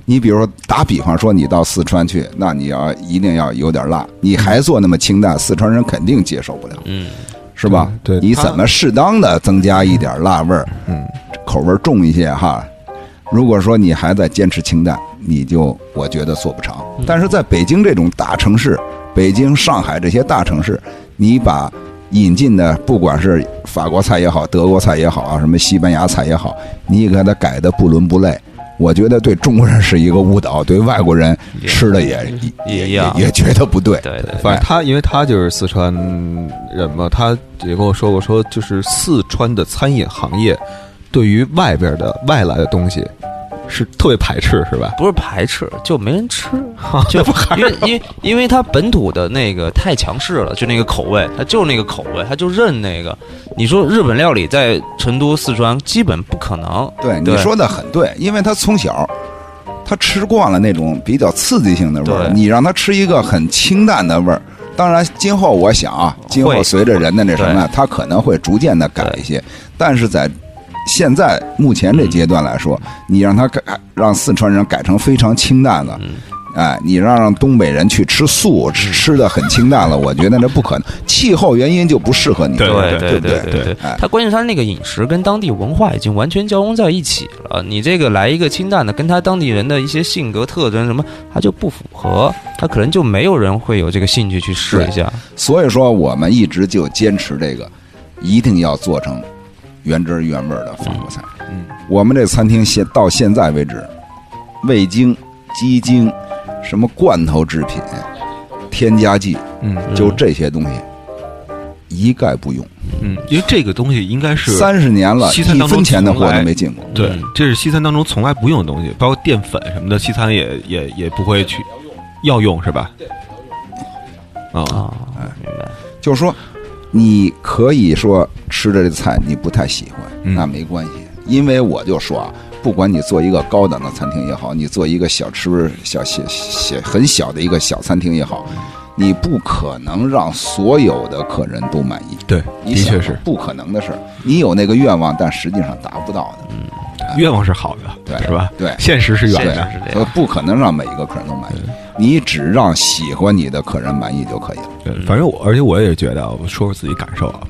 你比如说，打比方说，你到四川去，那你要一定要有点辣，你还做那么清淡，四川人肯定接受不了，
嗯
是吧？
对对
你怎么适当的增加一点辣味儿，
嗯，
口味儿重一些哈？如果说你还在坚持清淡，你就我觉得做不长。
嗯
但是在北京这种大城市，北京、上海这些大城市，你把引进的不管是法国菜也好、德国菜也好啊，什么西班牙菜也好，你给它改的不伦不类，我觉得对中国人是一个误导，对外国人
也
吃的也
也
也
一样
也觉得不对。
对对，
反正他，因为他就是四川人嘛，他也跟我说过，说就是四川的餐饮行业对于外边的外来的东西是特别排斥，是吧？
不是排斥，就没人吃，就因为因为因为它本土的那个太强势了，就那个口味，它就是那个口味，它就认那个。你说日本料理在成都、四川基本不可能，
对，你
对
说的很对，因为他从小他吃惯了那种比较刺激性的味儿，
对
你让他吃一个很清淡的味儿。当然，今后我想啊，今后
会
随着人的那什么，他可能会逐渐的改一些，但是在现在目前这阶段来说，你让他改，让四川人改成非常清淡的。
嗯
哎，你让让东北人去吃素，吃吃的很清淡了，我觉得那不可能。气候原因就不适合你，
对
对
对不
对对
对
哎
它关键是它那个饮食跟当地文化已经完全交融在一起了。你这个来一个清淡的，跟他当地人的一些性格特征什么，它就不符合，它可能就没有人会有这个兴趣去试一下。
所以说，我们一直就坚持这个，一定要做成原汁原味的法国菜。
嗯，
我们这餐厅现到现在为止，味精、鸡精、什么罐头制品、添加剂，
嗯
就这些东西。一概不用，
嗯，因为这个东西应该嗯是
三十年了，
西餐
一
当中
分钱的
从
货都
来
没进过。
对，这是西餐当中从来不用的东西，包括淀粉什么的，西餐也也也不会去要用，是吧？啊、
啊，明白。
就是说，你可以说吃的这菜你不太喜欢，
嗯
那没关系，因为我就说啊，不管你做一个高档的餐厅也好，你做一个小吃小小小很小的一个小餐厅也好，你不可能让所有的客人都满意。
对，
你
的确
想
是
不可能的事儿，你有那个愿望，但实际上达不到的。
愿望是好的，
对
是吧？
对
现实是远
对
的。
是这样
所以不可能让每一个客人都满意，你只让喜欢你的客人满意就可以了。
对，反正我，而且我也觉得啊，我说说自己感受啊，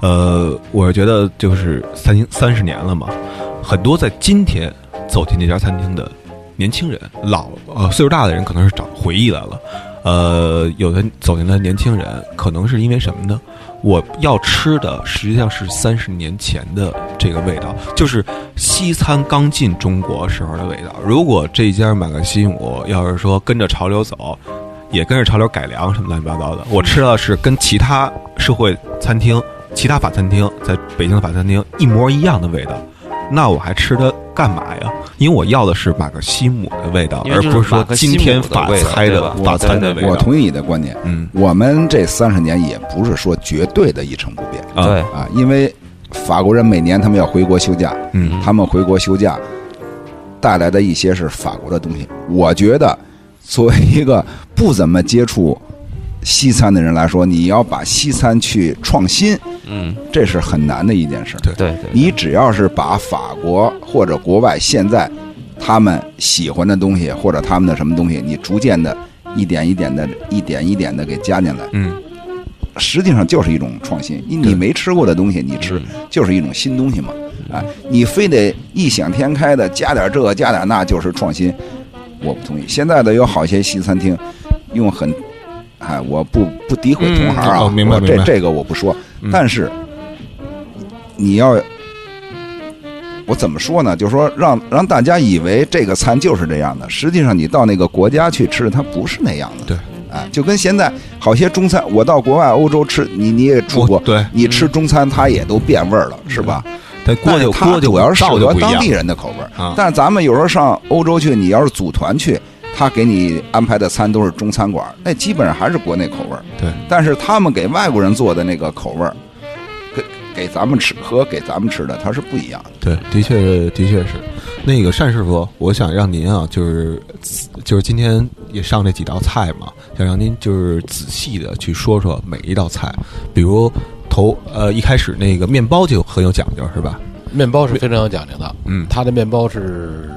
呃，我是觉得就是三三十年了嘛，很多在今天走进这家餐厅的年轻人，老呃岁数大的人可能是找回忆来了，呃，有的走进来的年轻人，可能是因为什么呢？我要吃的实际上是三十年前的这个味道，就是西餐刚进中国时候的味道。如果这家马克西姆要是说跟着潮流走，也跟着潮流改良什么乱七八糟的，我吃到的是跟其他社会餐厅、其他法餐厅在北京的法餐厅一模一样的味道，那我还吃它干嘛呀？因为我要的是马克西姆的味道，
因为
而
就是
不是说
马克西姆
今
的
天法
味道
餐
对
的
吧
法餐的
对
味
我
道。
同意你的观点，
嗯
我们这三十年也不是说绝对的一成不变，
啊
对，
啊，因为法国人每年他们要回国休假，
嗯
他们回国休假带来的一些是法国的东西。我觉得，作为一个不怎么接触西餐的人来说，你要把西餐去创新，
嗯，
这是很难的一件事儿。
对对，
你只要是把法国或者国外现在他们喜欢的东西或者他们的什么东西，你逐渐的一点一点的、一点一点的给加进来，
嗯，
实际上就是一种创新。你
对
你没吃过的东西，你吃
嗯
就是一种新东西嘛。
嗯
哎，你非得异想天开的加点这加点那，就是创新，我不同意。现在的有好些西餐厅用很，哎，我不不诋毁同行啊，
嗯哦明白
我
明
这
白
这个我不说，
嗯
但是你要。我怎么说呢？就是说让让大家以为这个餐就是这样的，实际上你到那个国家去吃，它不是那样的。
对，
哎，就跟现在好些中餐，我到国外欧洲吃，你你也出
我
国，
对，
你吃中餐它也都变味儿了，是吧？
它锅就
但是它
锅就
主要是
照
适
就
合
不一
当
样
地人的口味儿。
啊，
但是咱们有时候上欧洲去，你要是组团去，他给你安排的餐都是中餐馆儿，那基本上还是国内口味儿。
对，
但是他们给外国人做的那个口味儿，给给咱们吃和给咱们吃的它是不一样的。
对，的确，的确是。那个单师傅，我想让您啊，就是就是今天也上这几道菜嘛，想让您就是仔细的去说说每一道菜，比如头呃一开始那个面包就很有讲究是吧？
面包是非常有讲究的，
嗯
它的面包是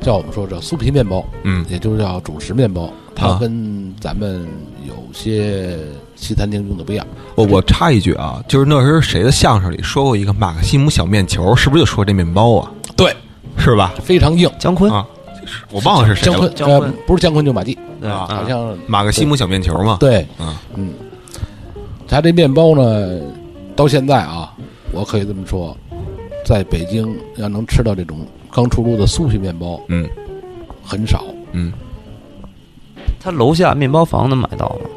叫我们说叫酥皮面包，
嗯
也就是叫主食面包，它
啊
跟咱们有些西餐厅用的不一样。
我我插一句啊，就是那时候谁的相声里说过一个马克西姆小面球，是不是就说这面包啊？
对，
是吧？
非常硬。
姜昆
啊，就是我忘了是谁
姜
了，
昆，
姜
呃
昆，
不是姜昆就马季，
对
啊
好
嗯
像
马克西姆小面球嘛。
对，
嗯
嗯，他这面包呢，到现在啊，我可以这么说，在北京要能吃到这种刚出炉的酥皮面包
嗯
很少。
嗯，
他楼下面包房能买到吗？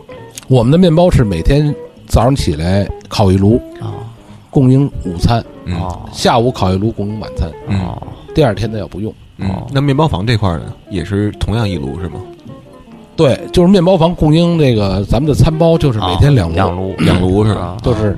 我们的面包是每天早上起来烤一炉，
啊
供应午餐，
嗯
哦
下午烤一炉供应晚餐，
嗯
哦，
第二天呢要不用。
嗯，那面包房这块儿呢，也是同样一炉是吗？
对，就是面包房供应这个咱们的餐包，就是每天两
啊
炉，
两炉啊
两炉是吧
吧？
就是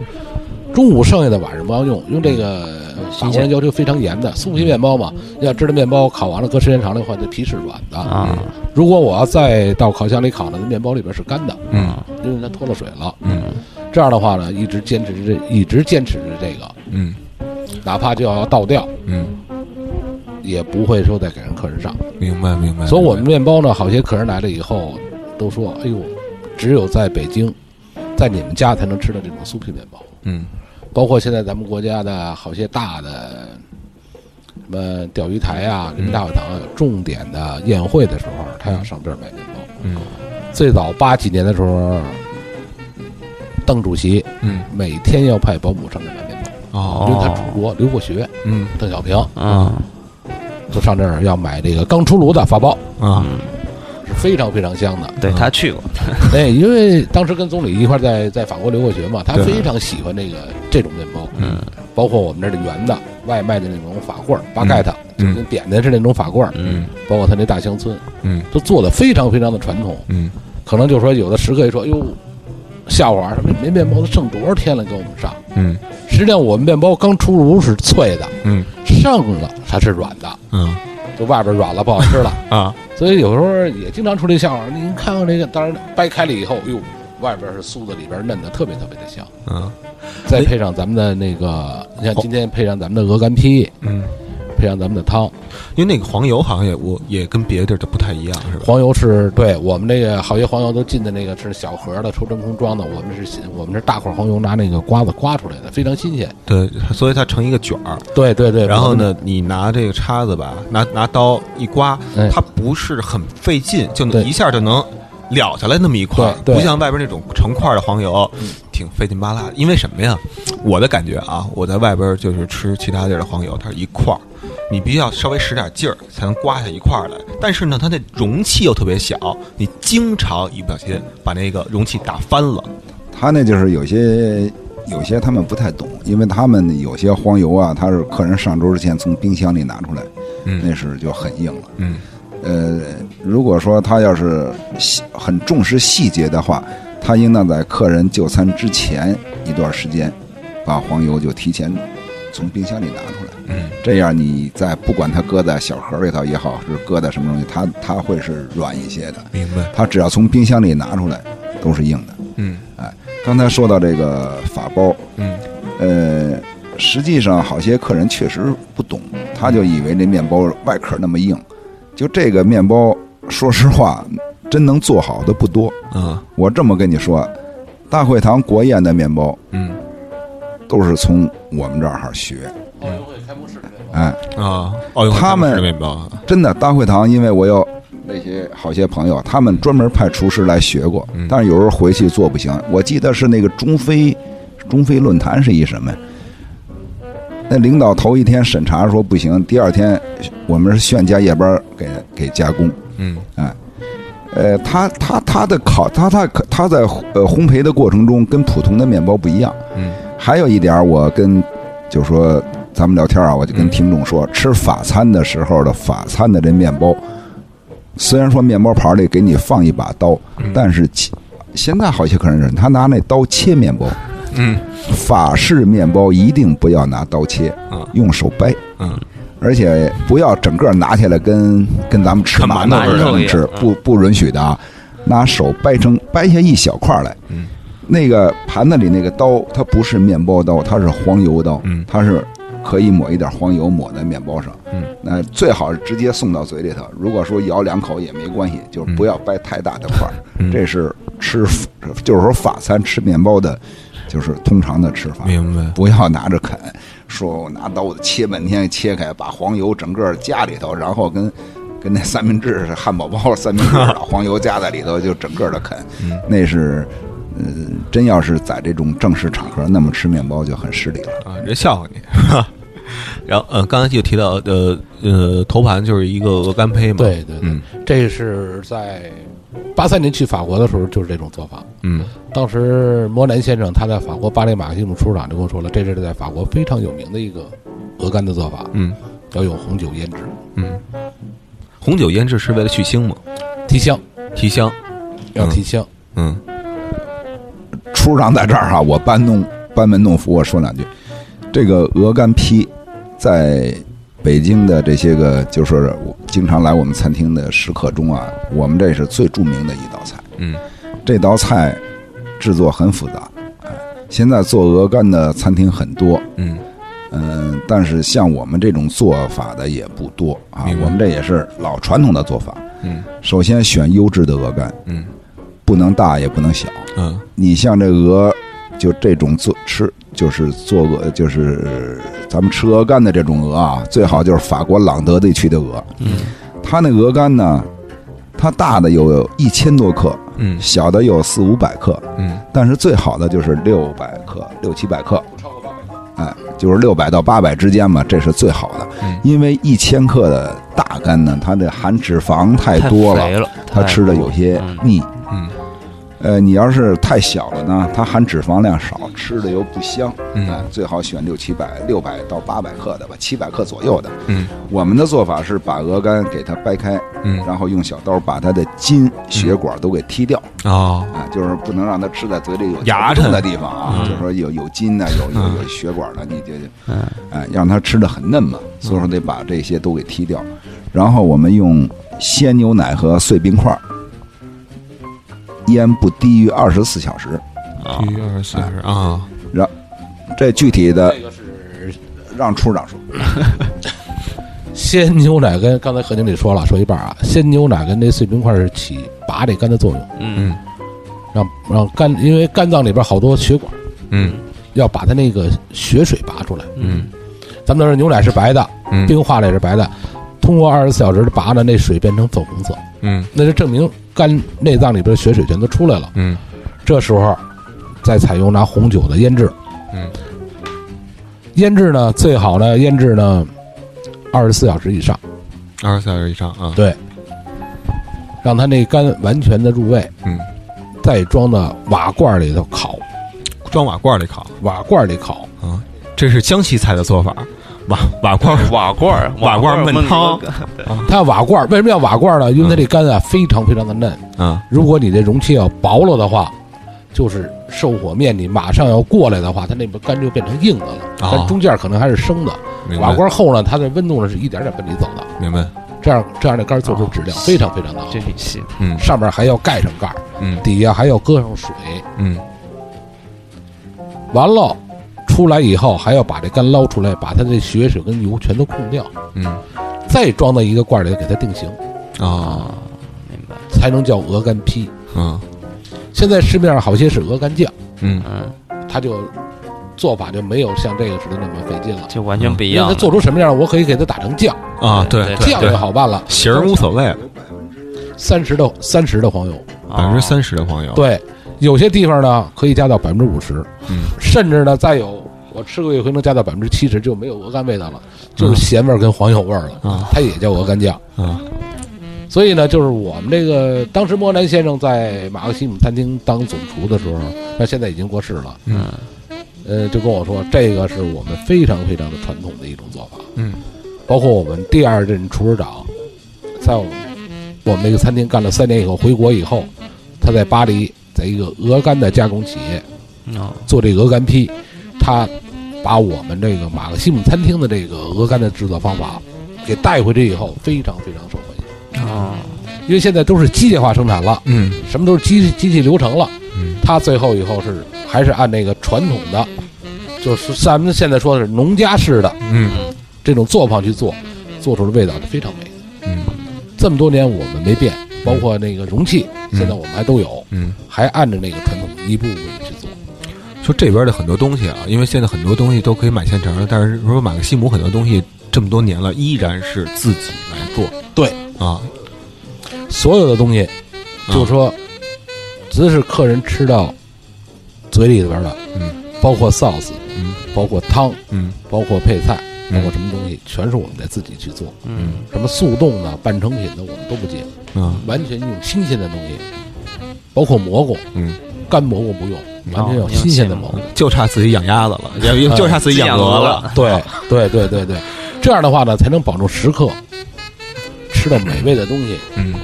中午剩下的晚上不要用，因为这个法
新
国
鲜
人要求非常严的。酥皮面包嘛，要知道面包烤完了，搁时间长了的话，这皮是软的。
啊
如果我要再到烤箱里烤呢，那面包里边是干的，
嗯
因为它脱了水了。
嗯
这样的话呢，一直坚持着这，一直坚持着这个，
嗯
哪怕就要倒掉，
嗯，
也不会说再给人客人上。
明白明白。
所以我
明白
们面包呢，好些客人来了以后都说：“哎呦，只有在北京，在你们家才能吃到这种酥皮面包。”
嗯
包括现在咱们国家的好些大的什么钓鱼台啊、
嗯
人民大会堂啊，有重点的宴会的时候，他要上这儿买面包。
嗯
最早八几年的时候，邓主席
嗯
每天要派保姆上这儿买面包，
哦
因为他出国留过学，
嗯
邓小平
啊
就上这儿要买这个刚出炉的法包，
啊
嗯，
是非常非常香的。
对
嗯
他去过，
哎，因为当时跟总理一块儿在在法国留过学嘛，他
对
非常喜欢这个这种面包，
嗯
包括我们这儿的圆的外卖的那种法棍儿，巴盖特，
嗯
就跟扁的是那种法棍儿，
嗯
包括他那大乡村，
嗯
都做的非常非常的传统。
嗯
可能就说有的食客一说，哎呦，笑话什么没面包都剩多少天了给我们上？
嗯
实际上我们面包刚出炉是脆的，
嗯
剩了它是软的，
嗯
就外边软了不好吃了。
啊
所以有时候也经常出这笑话。您看看这个，当然掰开了以后，哎呦，外边是酥的，里边嫩的，特别特别的香。
嗯
再配上咱们的那个，你像今天配上咱们的鹅肝坯，
嗯，
配上咱们的汤，
因为那个黄油好像也我也跟别的地儿都不太一样是吧？
黄油是对我们那个好些黄油都进的那个是小盒的抽真空装的，我们是新我们是大块黄油拿那个刮子刮出来的，非常新鲜。
对，所以它成一个卷儿。
对对对，
然后呢，你拿这个叉子吧，拿拿刀一刮
哎，
它不是很费劲，就能
对
一下就能。了下来那么一块儿，
对对
不像外边那种成块儿的黄油，挺费劲巴拉。因为什么呀？我的感觉啊，我在外边就是吃其他地儿的黄油，它是一块儿，你必须要稍微使点劲儿才能刮下一块儿来。但是呢，它那容器又特别小，你经常一不小心把那个容器打翻了。
他那就是有些有些他们不太懂，因为他们有些黄油啊，他是客人上桌之前从冰箱里拿出来，那
嗯
是就很硬了。
嗯
呃，如果说他要是细很重视细节的话，他应当在客人就餐之前一段时间，把黄油就提前从冰箱里拿出来。
嗯
这样你在不管它搁在小盒里头也好，是搁在什么东西，它它会是软一些的。
明白。
它只要从冰箱里拿出来，都是硬的。
嗯
刚才说到这个法包，
嗯
呃，实际上好些客人确实不懂，他就以为这面包外壳那么硬，就这个面包，说实话，真能做好的不多。
啊
我这么跟你说，大会堂国宴的面包
嗯
都是从我们这儿学，
奥运会开幕式的那个，
哎，
啊，奥运会
他们
开幕式的面包啊
真的大会堂，因为我有那些好些朋友，他们专门派厨师来学过，但是有时候回去做不行。我记得是那个中非，中非论坛是一什么呀？那领导头一天审查说不行，第二天我们是炫加夜班给给加工。啊
嗯
呃，他他他的烤他他他在呃烘焙的过程中跟普通的面包不一样。
嗯
还有一点儿，我跟就说咱们聊天啊，我就跟
嗯
听众说，吃法餐的时候的法餐的这面包，虽然说面包盘里给你放一把刀，
嗯
但是切现在好些客人是他拿那刀切面包，
嗯
法式面包一定不要拿刀切
啊，
用手掰，
嗯
而且不要整个拿起来跟跟咱们吃
跟
馒
馒
头
头
似
似的
的
那么吃
嗯，
不不允许的啊！拿手掰成掰下一小块来，
嗯
那个盘子里那个刀，它不是面包刀，它是黄油刀，
嗯
它是可以抹一点黄油抹在面包上，
嗯，
那最好是直接送到嘴里头。如果说咬两口也没关系，就是不要掰太大的块儿，
嗯
这是吃就是说法餐吃面包的，就是通常的吃法，
明白
不要拿着啃，说我拿刀子切半天，切开把黄油整个加里头，然后跟跟那三明治是汉堡包三明治，把黄油加在里头就整个的啃，那是。呃，真要是在这种正式场合那么吃面包就很失礼了。
啊，人笑话你。 然后，呃，刚才就提到，呃呃，头盘就是一个鹅肝胚嘛，
对对对，
嗯
这是在八三年去法国的时候就是这种做法。
嗯
当时摩南先生他在法国巴黎马克西姆厨师长就跟我说了，这是在法国非常有名的一个鹅肝的做法，
嗯
要用红酒腌制，
嗯，红酒腌制是为了去腥嘛，
提香，
提香，
要
嗯
提香。
嗯
出让在这儿哈、我班弄班门弄斧，我说两句。这个鹅肝批，在北京的这些个，就是说我经常来我们餐厅的食客中啊，我们这是最著名的一道菜。
嗯
这道菜制作很复杂，哎现在做鹅肝的餐厅很多，
嗯
嗯，但是像我们这种做法的也不多啊
明。白
我们这也是老传统的做法。
嗯
首先选优质的鹅肝，
嗯
不能大也不能小。
嗯
你像这鹅，就这种做吃，就是做鹅，就是咱们吃鹅肝的这种鹅啊，最好就是法国朗德地区的鹅。
嗯，
它那鹅肝呢，它大的有一千多克，
嗯
小的有四五百克，
嗯
但是最好的就是六百克、六七百克，
不超过八百克。
哎，就是六百到八百之间嘛，这是最好的。
嗯
因为一千克的大肝呢，它的含脂肪太多
太肥
了，
了，
它
太
吃的有些
嗯
腻。
哎嗯
呃，你要是太小了呢，它含脂肪量少，吃的又不香，
嗯
哎最好选六七百、六百到八百克的吧，七百克左右的。
嗯
我们的做法是把鹅肝给它掰开，
嗯
然后用小刀把它的筋、血管都给剔掉，
哦，
啊，就是不能让它吃在嘴里有
牙
疼
碜嗯
的地方啊，就是说有有筋呐、有有有血管的，你就
嗯，
哎，让它吃的很嫩嘛，所以
嗯
说得把这些都给剔掉，然后我们用鲜牛奶和碎冰块儿腌不低于二十四小时，
啊
一二三十啊，
这具体的
这个是
让处长说，
鲜牛奶跟刚才何经理说了，说一半啊，鲜牛奶跟这碎冰块是起拔这肝的作用，
嗯
让让肝，因为肝脏里边好多血管，
嗯
要把它那个血水拔出来。
嗯
咱们都说牛奶是白的，
嗯
冰化了也是白的，通过二十四小时的拔呢，那水变成粉红色，
嗯
那就证明肝内脏里边的血水全都出来了。
嗯
这时候再采用拿红酒的腌制，
嗯，
腌制呢最好呢腌制呢二十四小时以上，
二十四小时以上啊，
对，让它那肝完全的入味，
嗯，
再装到瓦罐里头烤，
装瓦罐里烤
瓦罐里烤。
啊，这是江西菜的做法，瓦 瓦罐
瓦罐儿
瓦罐儿
儿
焖汤
鹅肝
它瓦罐为什么要瓦罐呢？因为它这肝啊非常非常的嫩，
啊，
如果你这容器要薄了的话，就是受火面你马上要过来的话，它那个肝就变成硬的了，
哦
但中间可能还是生的。
明
瓦
白
罐厚呢，它的温度呢是一点点跟你走的，
明白，
这样这样的肝做出质量非常非常的好
这。挺细的，
嗯
上面还要盖上盖儿，
嗯
底下还要搁上水，
嗯
完了出来以后还要把这干捞出来，把它这血水跟油全都控掉，
嗯
再装到一个罐儿里给它定型，
啊
明白？
才能叫鹅肝坯。
嗯
现在市面上好些是鹅肝酱，
嗯
嗯，
它就做法就没有像这个似的那么费劲了。
这完全不一
因为
样
它
了。
做出什么样，我可以给它打成酱，
啊，对
对
对
酱就
对，
好办了。
形儿无所谓，
三十的三十的黄油，
哦
百分之三十的朋友，
对，有些地方呢可以加到百分之五十，
嗯，
甚至呢再有我吃过一回能加到百分之七十，就没有鹅肝味道了，就是咸味儿跟黄油味儿了，
啊
它也叫鹅肝酱。
啊
所以呢，就是我们这个当时莫南先生在马克西姆餐厅当总厨的时候，那现在已经过世了，
嗯
呃，就跟我说这个是我们非常非常的传统的一种做法，
嗯
包括我们第二任厨师长，在我们我们那个餐厅干了三年以后，回国以后，他在巴黎，在一个鹅肝的加工企业
嗯，哦
做这个鹅肝坯，他把我们这个马克西姆餐厅的这个鹅肝的制作方法给带回去以后，非常非常受欢迎，
哦，
因为现在都是机械化生产了，
嗯
什么都是机机器流程了，
嗯
他最后以后是还是按那个传统的，就是咱们现在说的是农家式的
嗯
这种作坊去做，做出的味道是非常美。
嗯
这么多年我们没变，包括那个容器，
嗯
现在我们还都有，
嗯。
还按照那个传统一步一步去做。
说这边的很多东西啊，因为现在很多东西都可以买现成的，但是说马克西姆很多东西这么多年了，依然是自己来做。
对
啊，
所有的东西，就是说，只是客人吃到嘴里边的，
嗯，
包括 sauce，
嗯，
包括汤，
嗯
包括配菜，包括
嗯
什么东西，全是我们在自己去做。
嗯
什么速冻的、半成品的，我们都不接。
啊
完全用新鲜的东西，包括蘑菇，
嗯，
干蘑菇不用，完全要
哦
新鲜的蘑菇。
就差自己养鸭子了，也就差自己养鹅了。
对对对对对，这样的话呢，才能保证食客吃到美味的东西，
嗯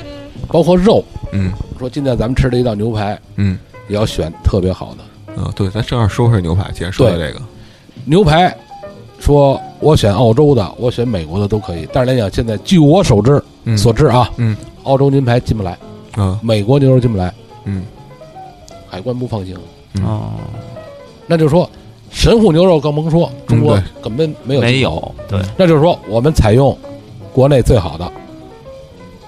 包括肉。
嗯
说今天咱们吃的一道牛排，
嗯
也要选特别好的
啊，对，咱正好说说牛排，既然说到这个，
牛排。说我选澳洲的，我选美国的都可以，但是来讲，现在据我所知、
嗯
所知啊，
嗯
澳洲牛排进不来，
啊
美国牛肉进不来，
嗯
海关不放行。
嗯
哦，
那就是说，神户牛肉更甭说，中国
嗯
根本没有
没
进口
有，对，
那就是说，我们采用国内最好的，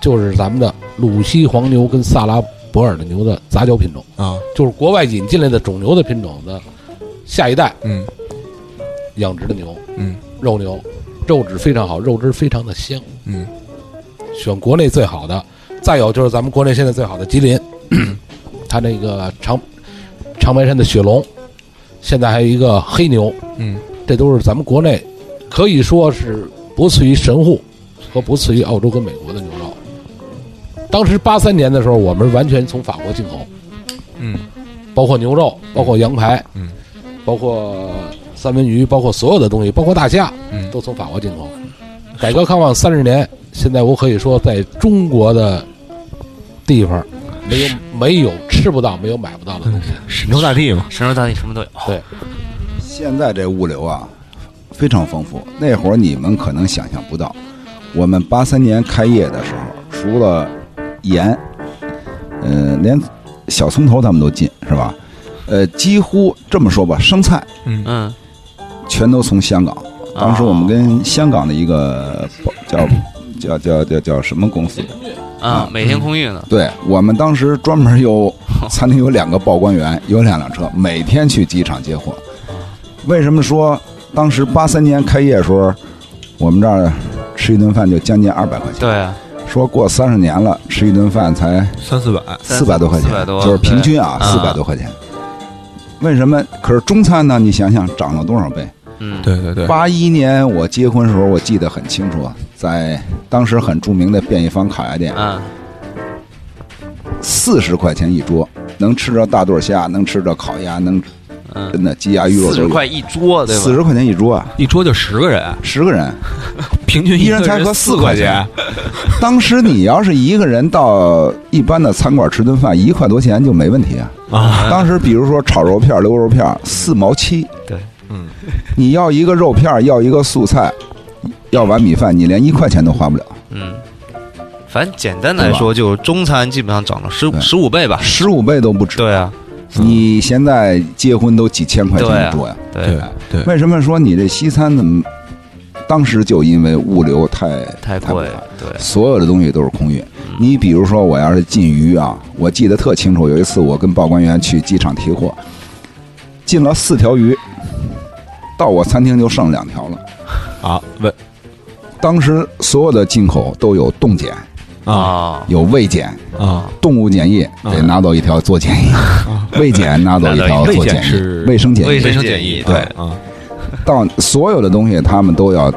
就是咱们的鲁西黄牛跟萨拉伯尔的牛的杂交品种，
啊
就是国外引进来的种牛的品种的下一代
嗯
养殖的牛，
嗯，
肉牛，肉质非常好，肉汁非常的香，
嗯
选国内最好的。再有就是咱们国内现在最好的吉林， 它那个长长白山的雪龙，现在还有一个黑牛，
嗯
这都是咱们国内可以说是不次于神户和不次于澳洲跟美国的牛肉。当时八三年的时候，我们完全从法国进口，
嗯
包括牛肉，包括羊排，
嗯，
包括三文鱼，包括所有的东西，包括大虾，
嗯
都从法国进口。改革开放三十年，现在我可以说，在中国的地方，没有没有吃不到，没有买不到的东西。
神州大地嘛，
神州大地什么都有。
现在这物流啊，非常丰富。那会儿你们可能想象不到，我们八三年开业的时候，除了盐，呃，连小葱头他们都进，是吧？呃，几乎这么说吧，生菜
嗯
嗯，
全都从香港。当时我们跟香港的一个叫叫叫叫叫什么公司？
啊，每
嗯
天空运呢，
对我们当时专门有餐厅有两个报关员，有两辆车，每天去机场接货。为什么说当时八三年开业的时候，我们这儿吃一顿饭就将近二百块钱？
对啊，
说过三十年了，吃一顿饭才
三四百，
四百多块钱
400，多
就是平均啊，
对
四百多块钱。为什么？可是中餐呢？你想想涨了多少倍？
嗯，
对对对，
八一年我结婚的时候，我记得很清楚，在当时很著名的便宜坊烤鸭店，
嗯，
四十块钱一桌，能吃着大对虾，能吃着烤鸭，能
嗯
真的鸡鸭鱼肉
四
都
十
有。
块一桌，对吧？
四十块钱一桌啊，
一桌就十个人，
十个人，
平均
一人
个
才合
四
四
块
块钱， 当时你要是一个人到一般的餐馆吃顿饭，一块多钱就没问题啊。
啊，
当时比如说炒肉片、溜肉片，四毛七，
对，
嗯，
你要一个肉片，要一个素菜，要碗米饭，你连一块钱都花不了。
嗯，反正简单来
对
说，就是中餐基本上涨了十
对
十五倍吧。
十五倍都不止。
对啊，
你现在结婚都几千块钱
对
一
啊
桌呀？
对，
对
为什么说你这西餐怎么？当时就因为物流太
太
不
贵
好
了，对，
所有的东西都是空运。你比如说，我要是进鱼啊，我记得特清楚，有一次我跟报关员去机场提货，进了四条鱼，到我餐厅就剩两条了。
啊，问
当时所有的进口都有冻检、
啊
啊
有胃检、
啊
动物检疫，
啊
得拿走一条做检 疫；胃检拿走一条做
卫
检
检
疫
是，
卫生检
卫
疫。
生
生
检
检
疫
疫
对
啊
到所有的东西他们都要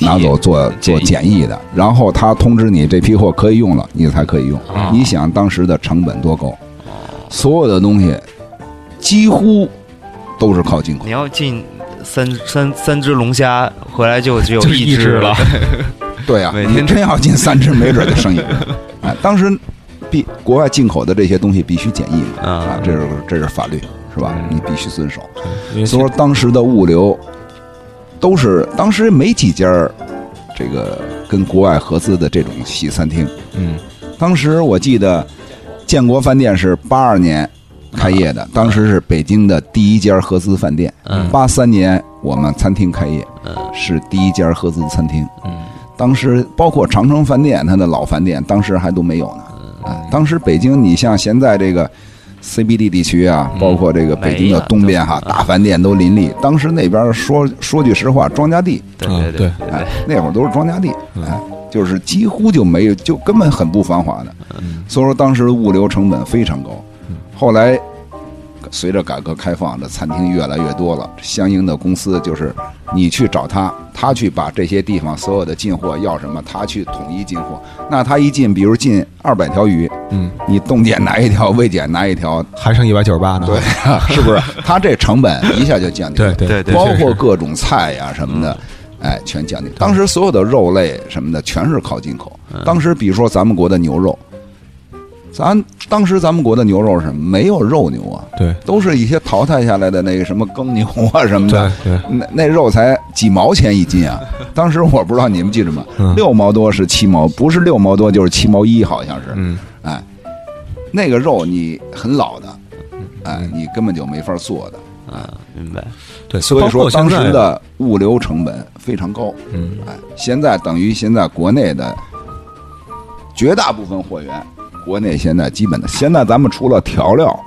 拿走做
检疫
做检疫的，然后他通知你这批货可以用了，你才可以用。
啊
你想当时的成本多高？所有的东西几乎都是靠进口
你。要进三三三只龙虾，回来就只有
就一
只
只了。
对呀、
每
你
天
真要进三只，没准就生意。 哎，当时必国外进口的这些东西必须检疫嘛，啊
嗯，，
这是这是法律是吧？
嗯
你必须遵守。
因为
所以说当时的物流都是当时没几家儿这个跟国外合资的这种西餐厅。
嗯
当时我记得建国饭店是八二年开业的，当时是北京的第一家合资饭店。
啊嗯
八三年我们餐厅开业，
嗯
是第一家合资餐厅。
嗯
当时包括长城饭店，它的老饭店当时还都没有呢。
嗯
啊，当时北京，你像现在这个 CBD 地区啊，
嗯
包括这个北京的东边哈
没，了
大饭店都林立。当时那边说说句实话，庄稼地，
对
啊
对
对
对
哎
对，
那会儿都是庄稼地，
嗯
哎，就是几乎就没有，就根本很不繁华的。
嗯
所以说当时物流成本非常高
嗯。
后来随着改革开放，这餐厅越来越多了，相应的公司就是你去找他，他去把这些地方所有的进货要什么，他去统一进货。那他一进，比如进二百条鱼，
嗯，
你冻检拿一条，未检拿一条，
还剩一百九十八呢，
对啊， 是不是？他这成本一下就降低了。
对
对对
包
确实
括
是嗯
各种菜呀、什么的，哎，全降低。当时所有的肉类什么的全是靠进口。
嗯
当时比如说咱们国的牛肉，咱当时咱们国的牛肉是没有肉牛啊，
对
都是一些淘汰下来的那个什么耕牛啊什么的
对。对，
那那肉才几毛钱 一斤啊！当时我不知道你们记着吗？
嗯
六毛多是七毛，不是六毛多就是七毛一，好像是。
嗯
哎，那个肉你很老的，
嗯
哎，你根本就没法做的。
嗯，明白。
对，
所以
包
说
括现
当
在
时的物流成本非常高。
嗯
哎，现在等于现在国内的绝大部分货源，国内现在基本的，现在咱们除了调料，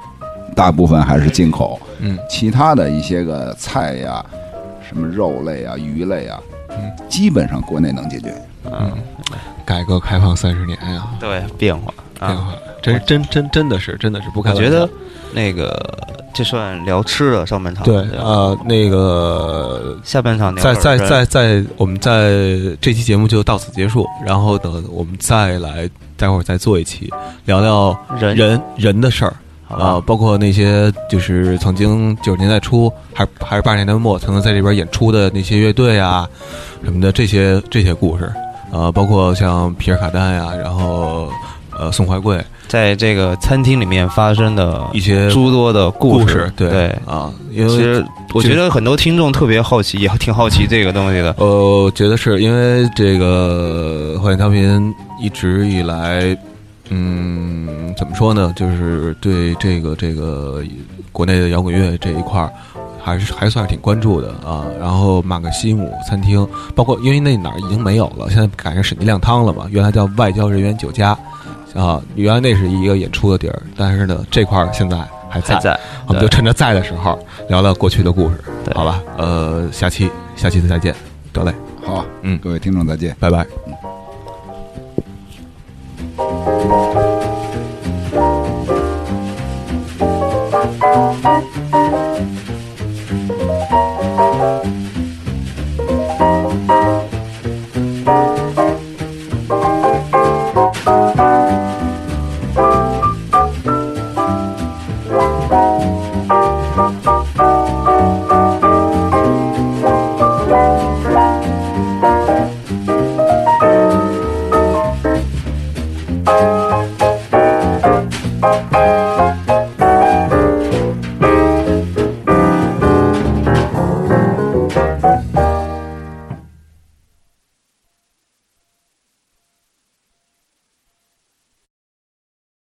大部分还是进口，
嗯
其他的一些个菜呀、什么肉类啊、鱼类啊，
嗯
基本上国内能解决。
嗯，
改革开放三十年呀，
对，变化
变
啊，
化真真真真的是真的是不开
我
玩笑。
觉得那个这算聊吃的上半场，
对
吧
呃那个
下半场聊
在
点
在在
儿
在我们在这期节目就到此结束，然后呢我们再来待会儿再做一期聊聊
人
人人的事儿。
好
啊，
吧，
包括那些就是曾经九十年代初还是还是八十年代末曾经在这边演出的那些乐队啊什么的这些这些故事，啊，包括像皮尔卡丹呀、然后呃宋怀贵
在这个餐厅里面发生的
一些
诸多的故
故
事，
对
对。
啊，因
其
为
实我觉得很多听众特别好奇，也挺好奇这个东西的。
呃，我觉得是因为这个火焰调频一直以来，嗯，怎么说呢，就是对这个这个呃国内的摇滚乐这一块儿。还是还算是挺关注的啊，然后马克西姆餐厅，包括因为那哪儿已经没有了，现在改成沈记亮汤了嘛，原来叫外交人员酒家，啊，原来那是一个演出的地儿，但是呢，这块儿现在还 在，啊
还在，
我们就趁着在的时候聊聊过去的故事，
对
好吧？呃，下期下期再见，得嘞。
好，
嗯
各位听众再见。
拜拜。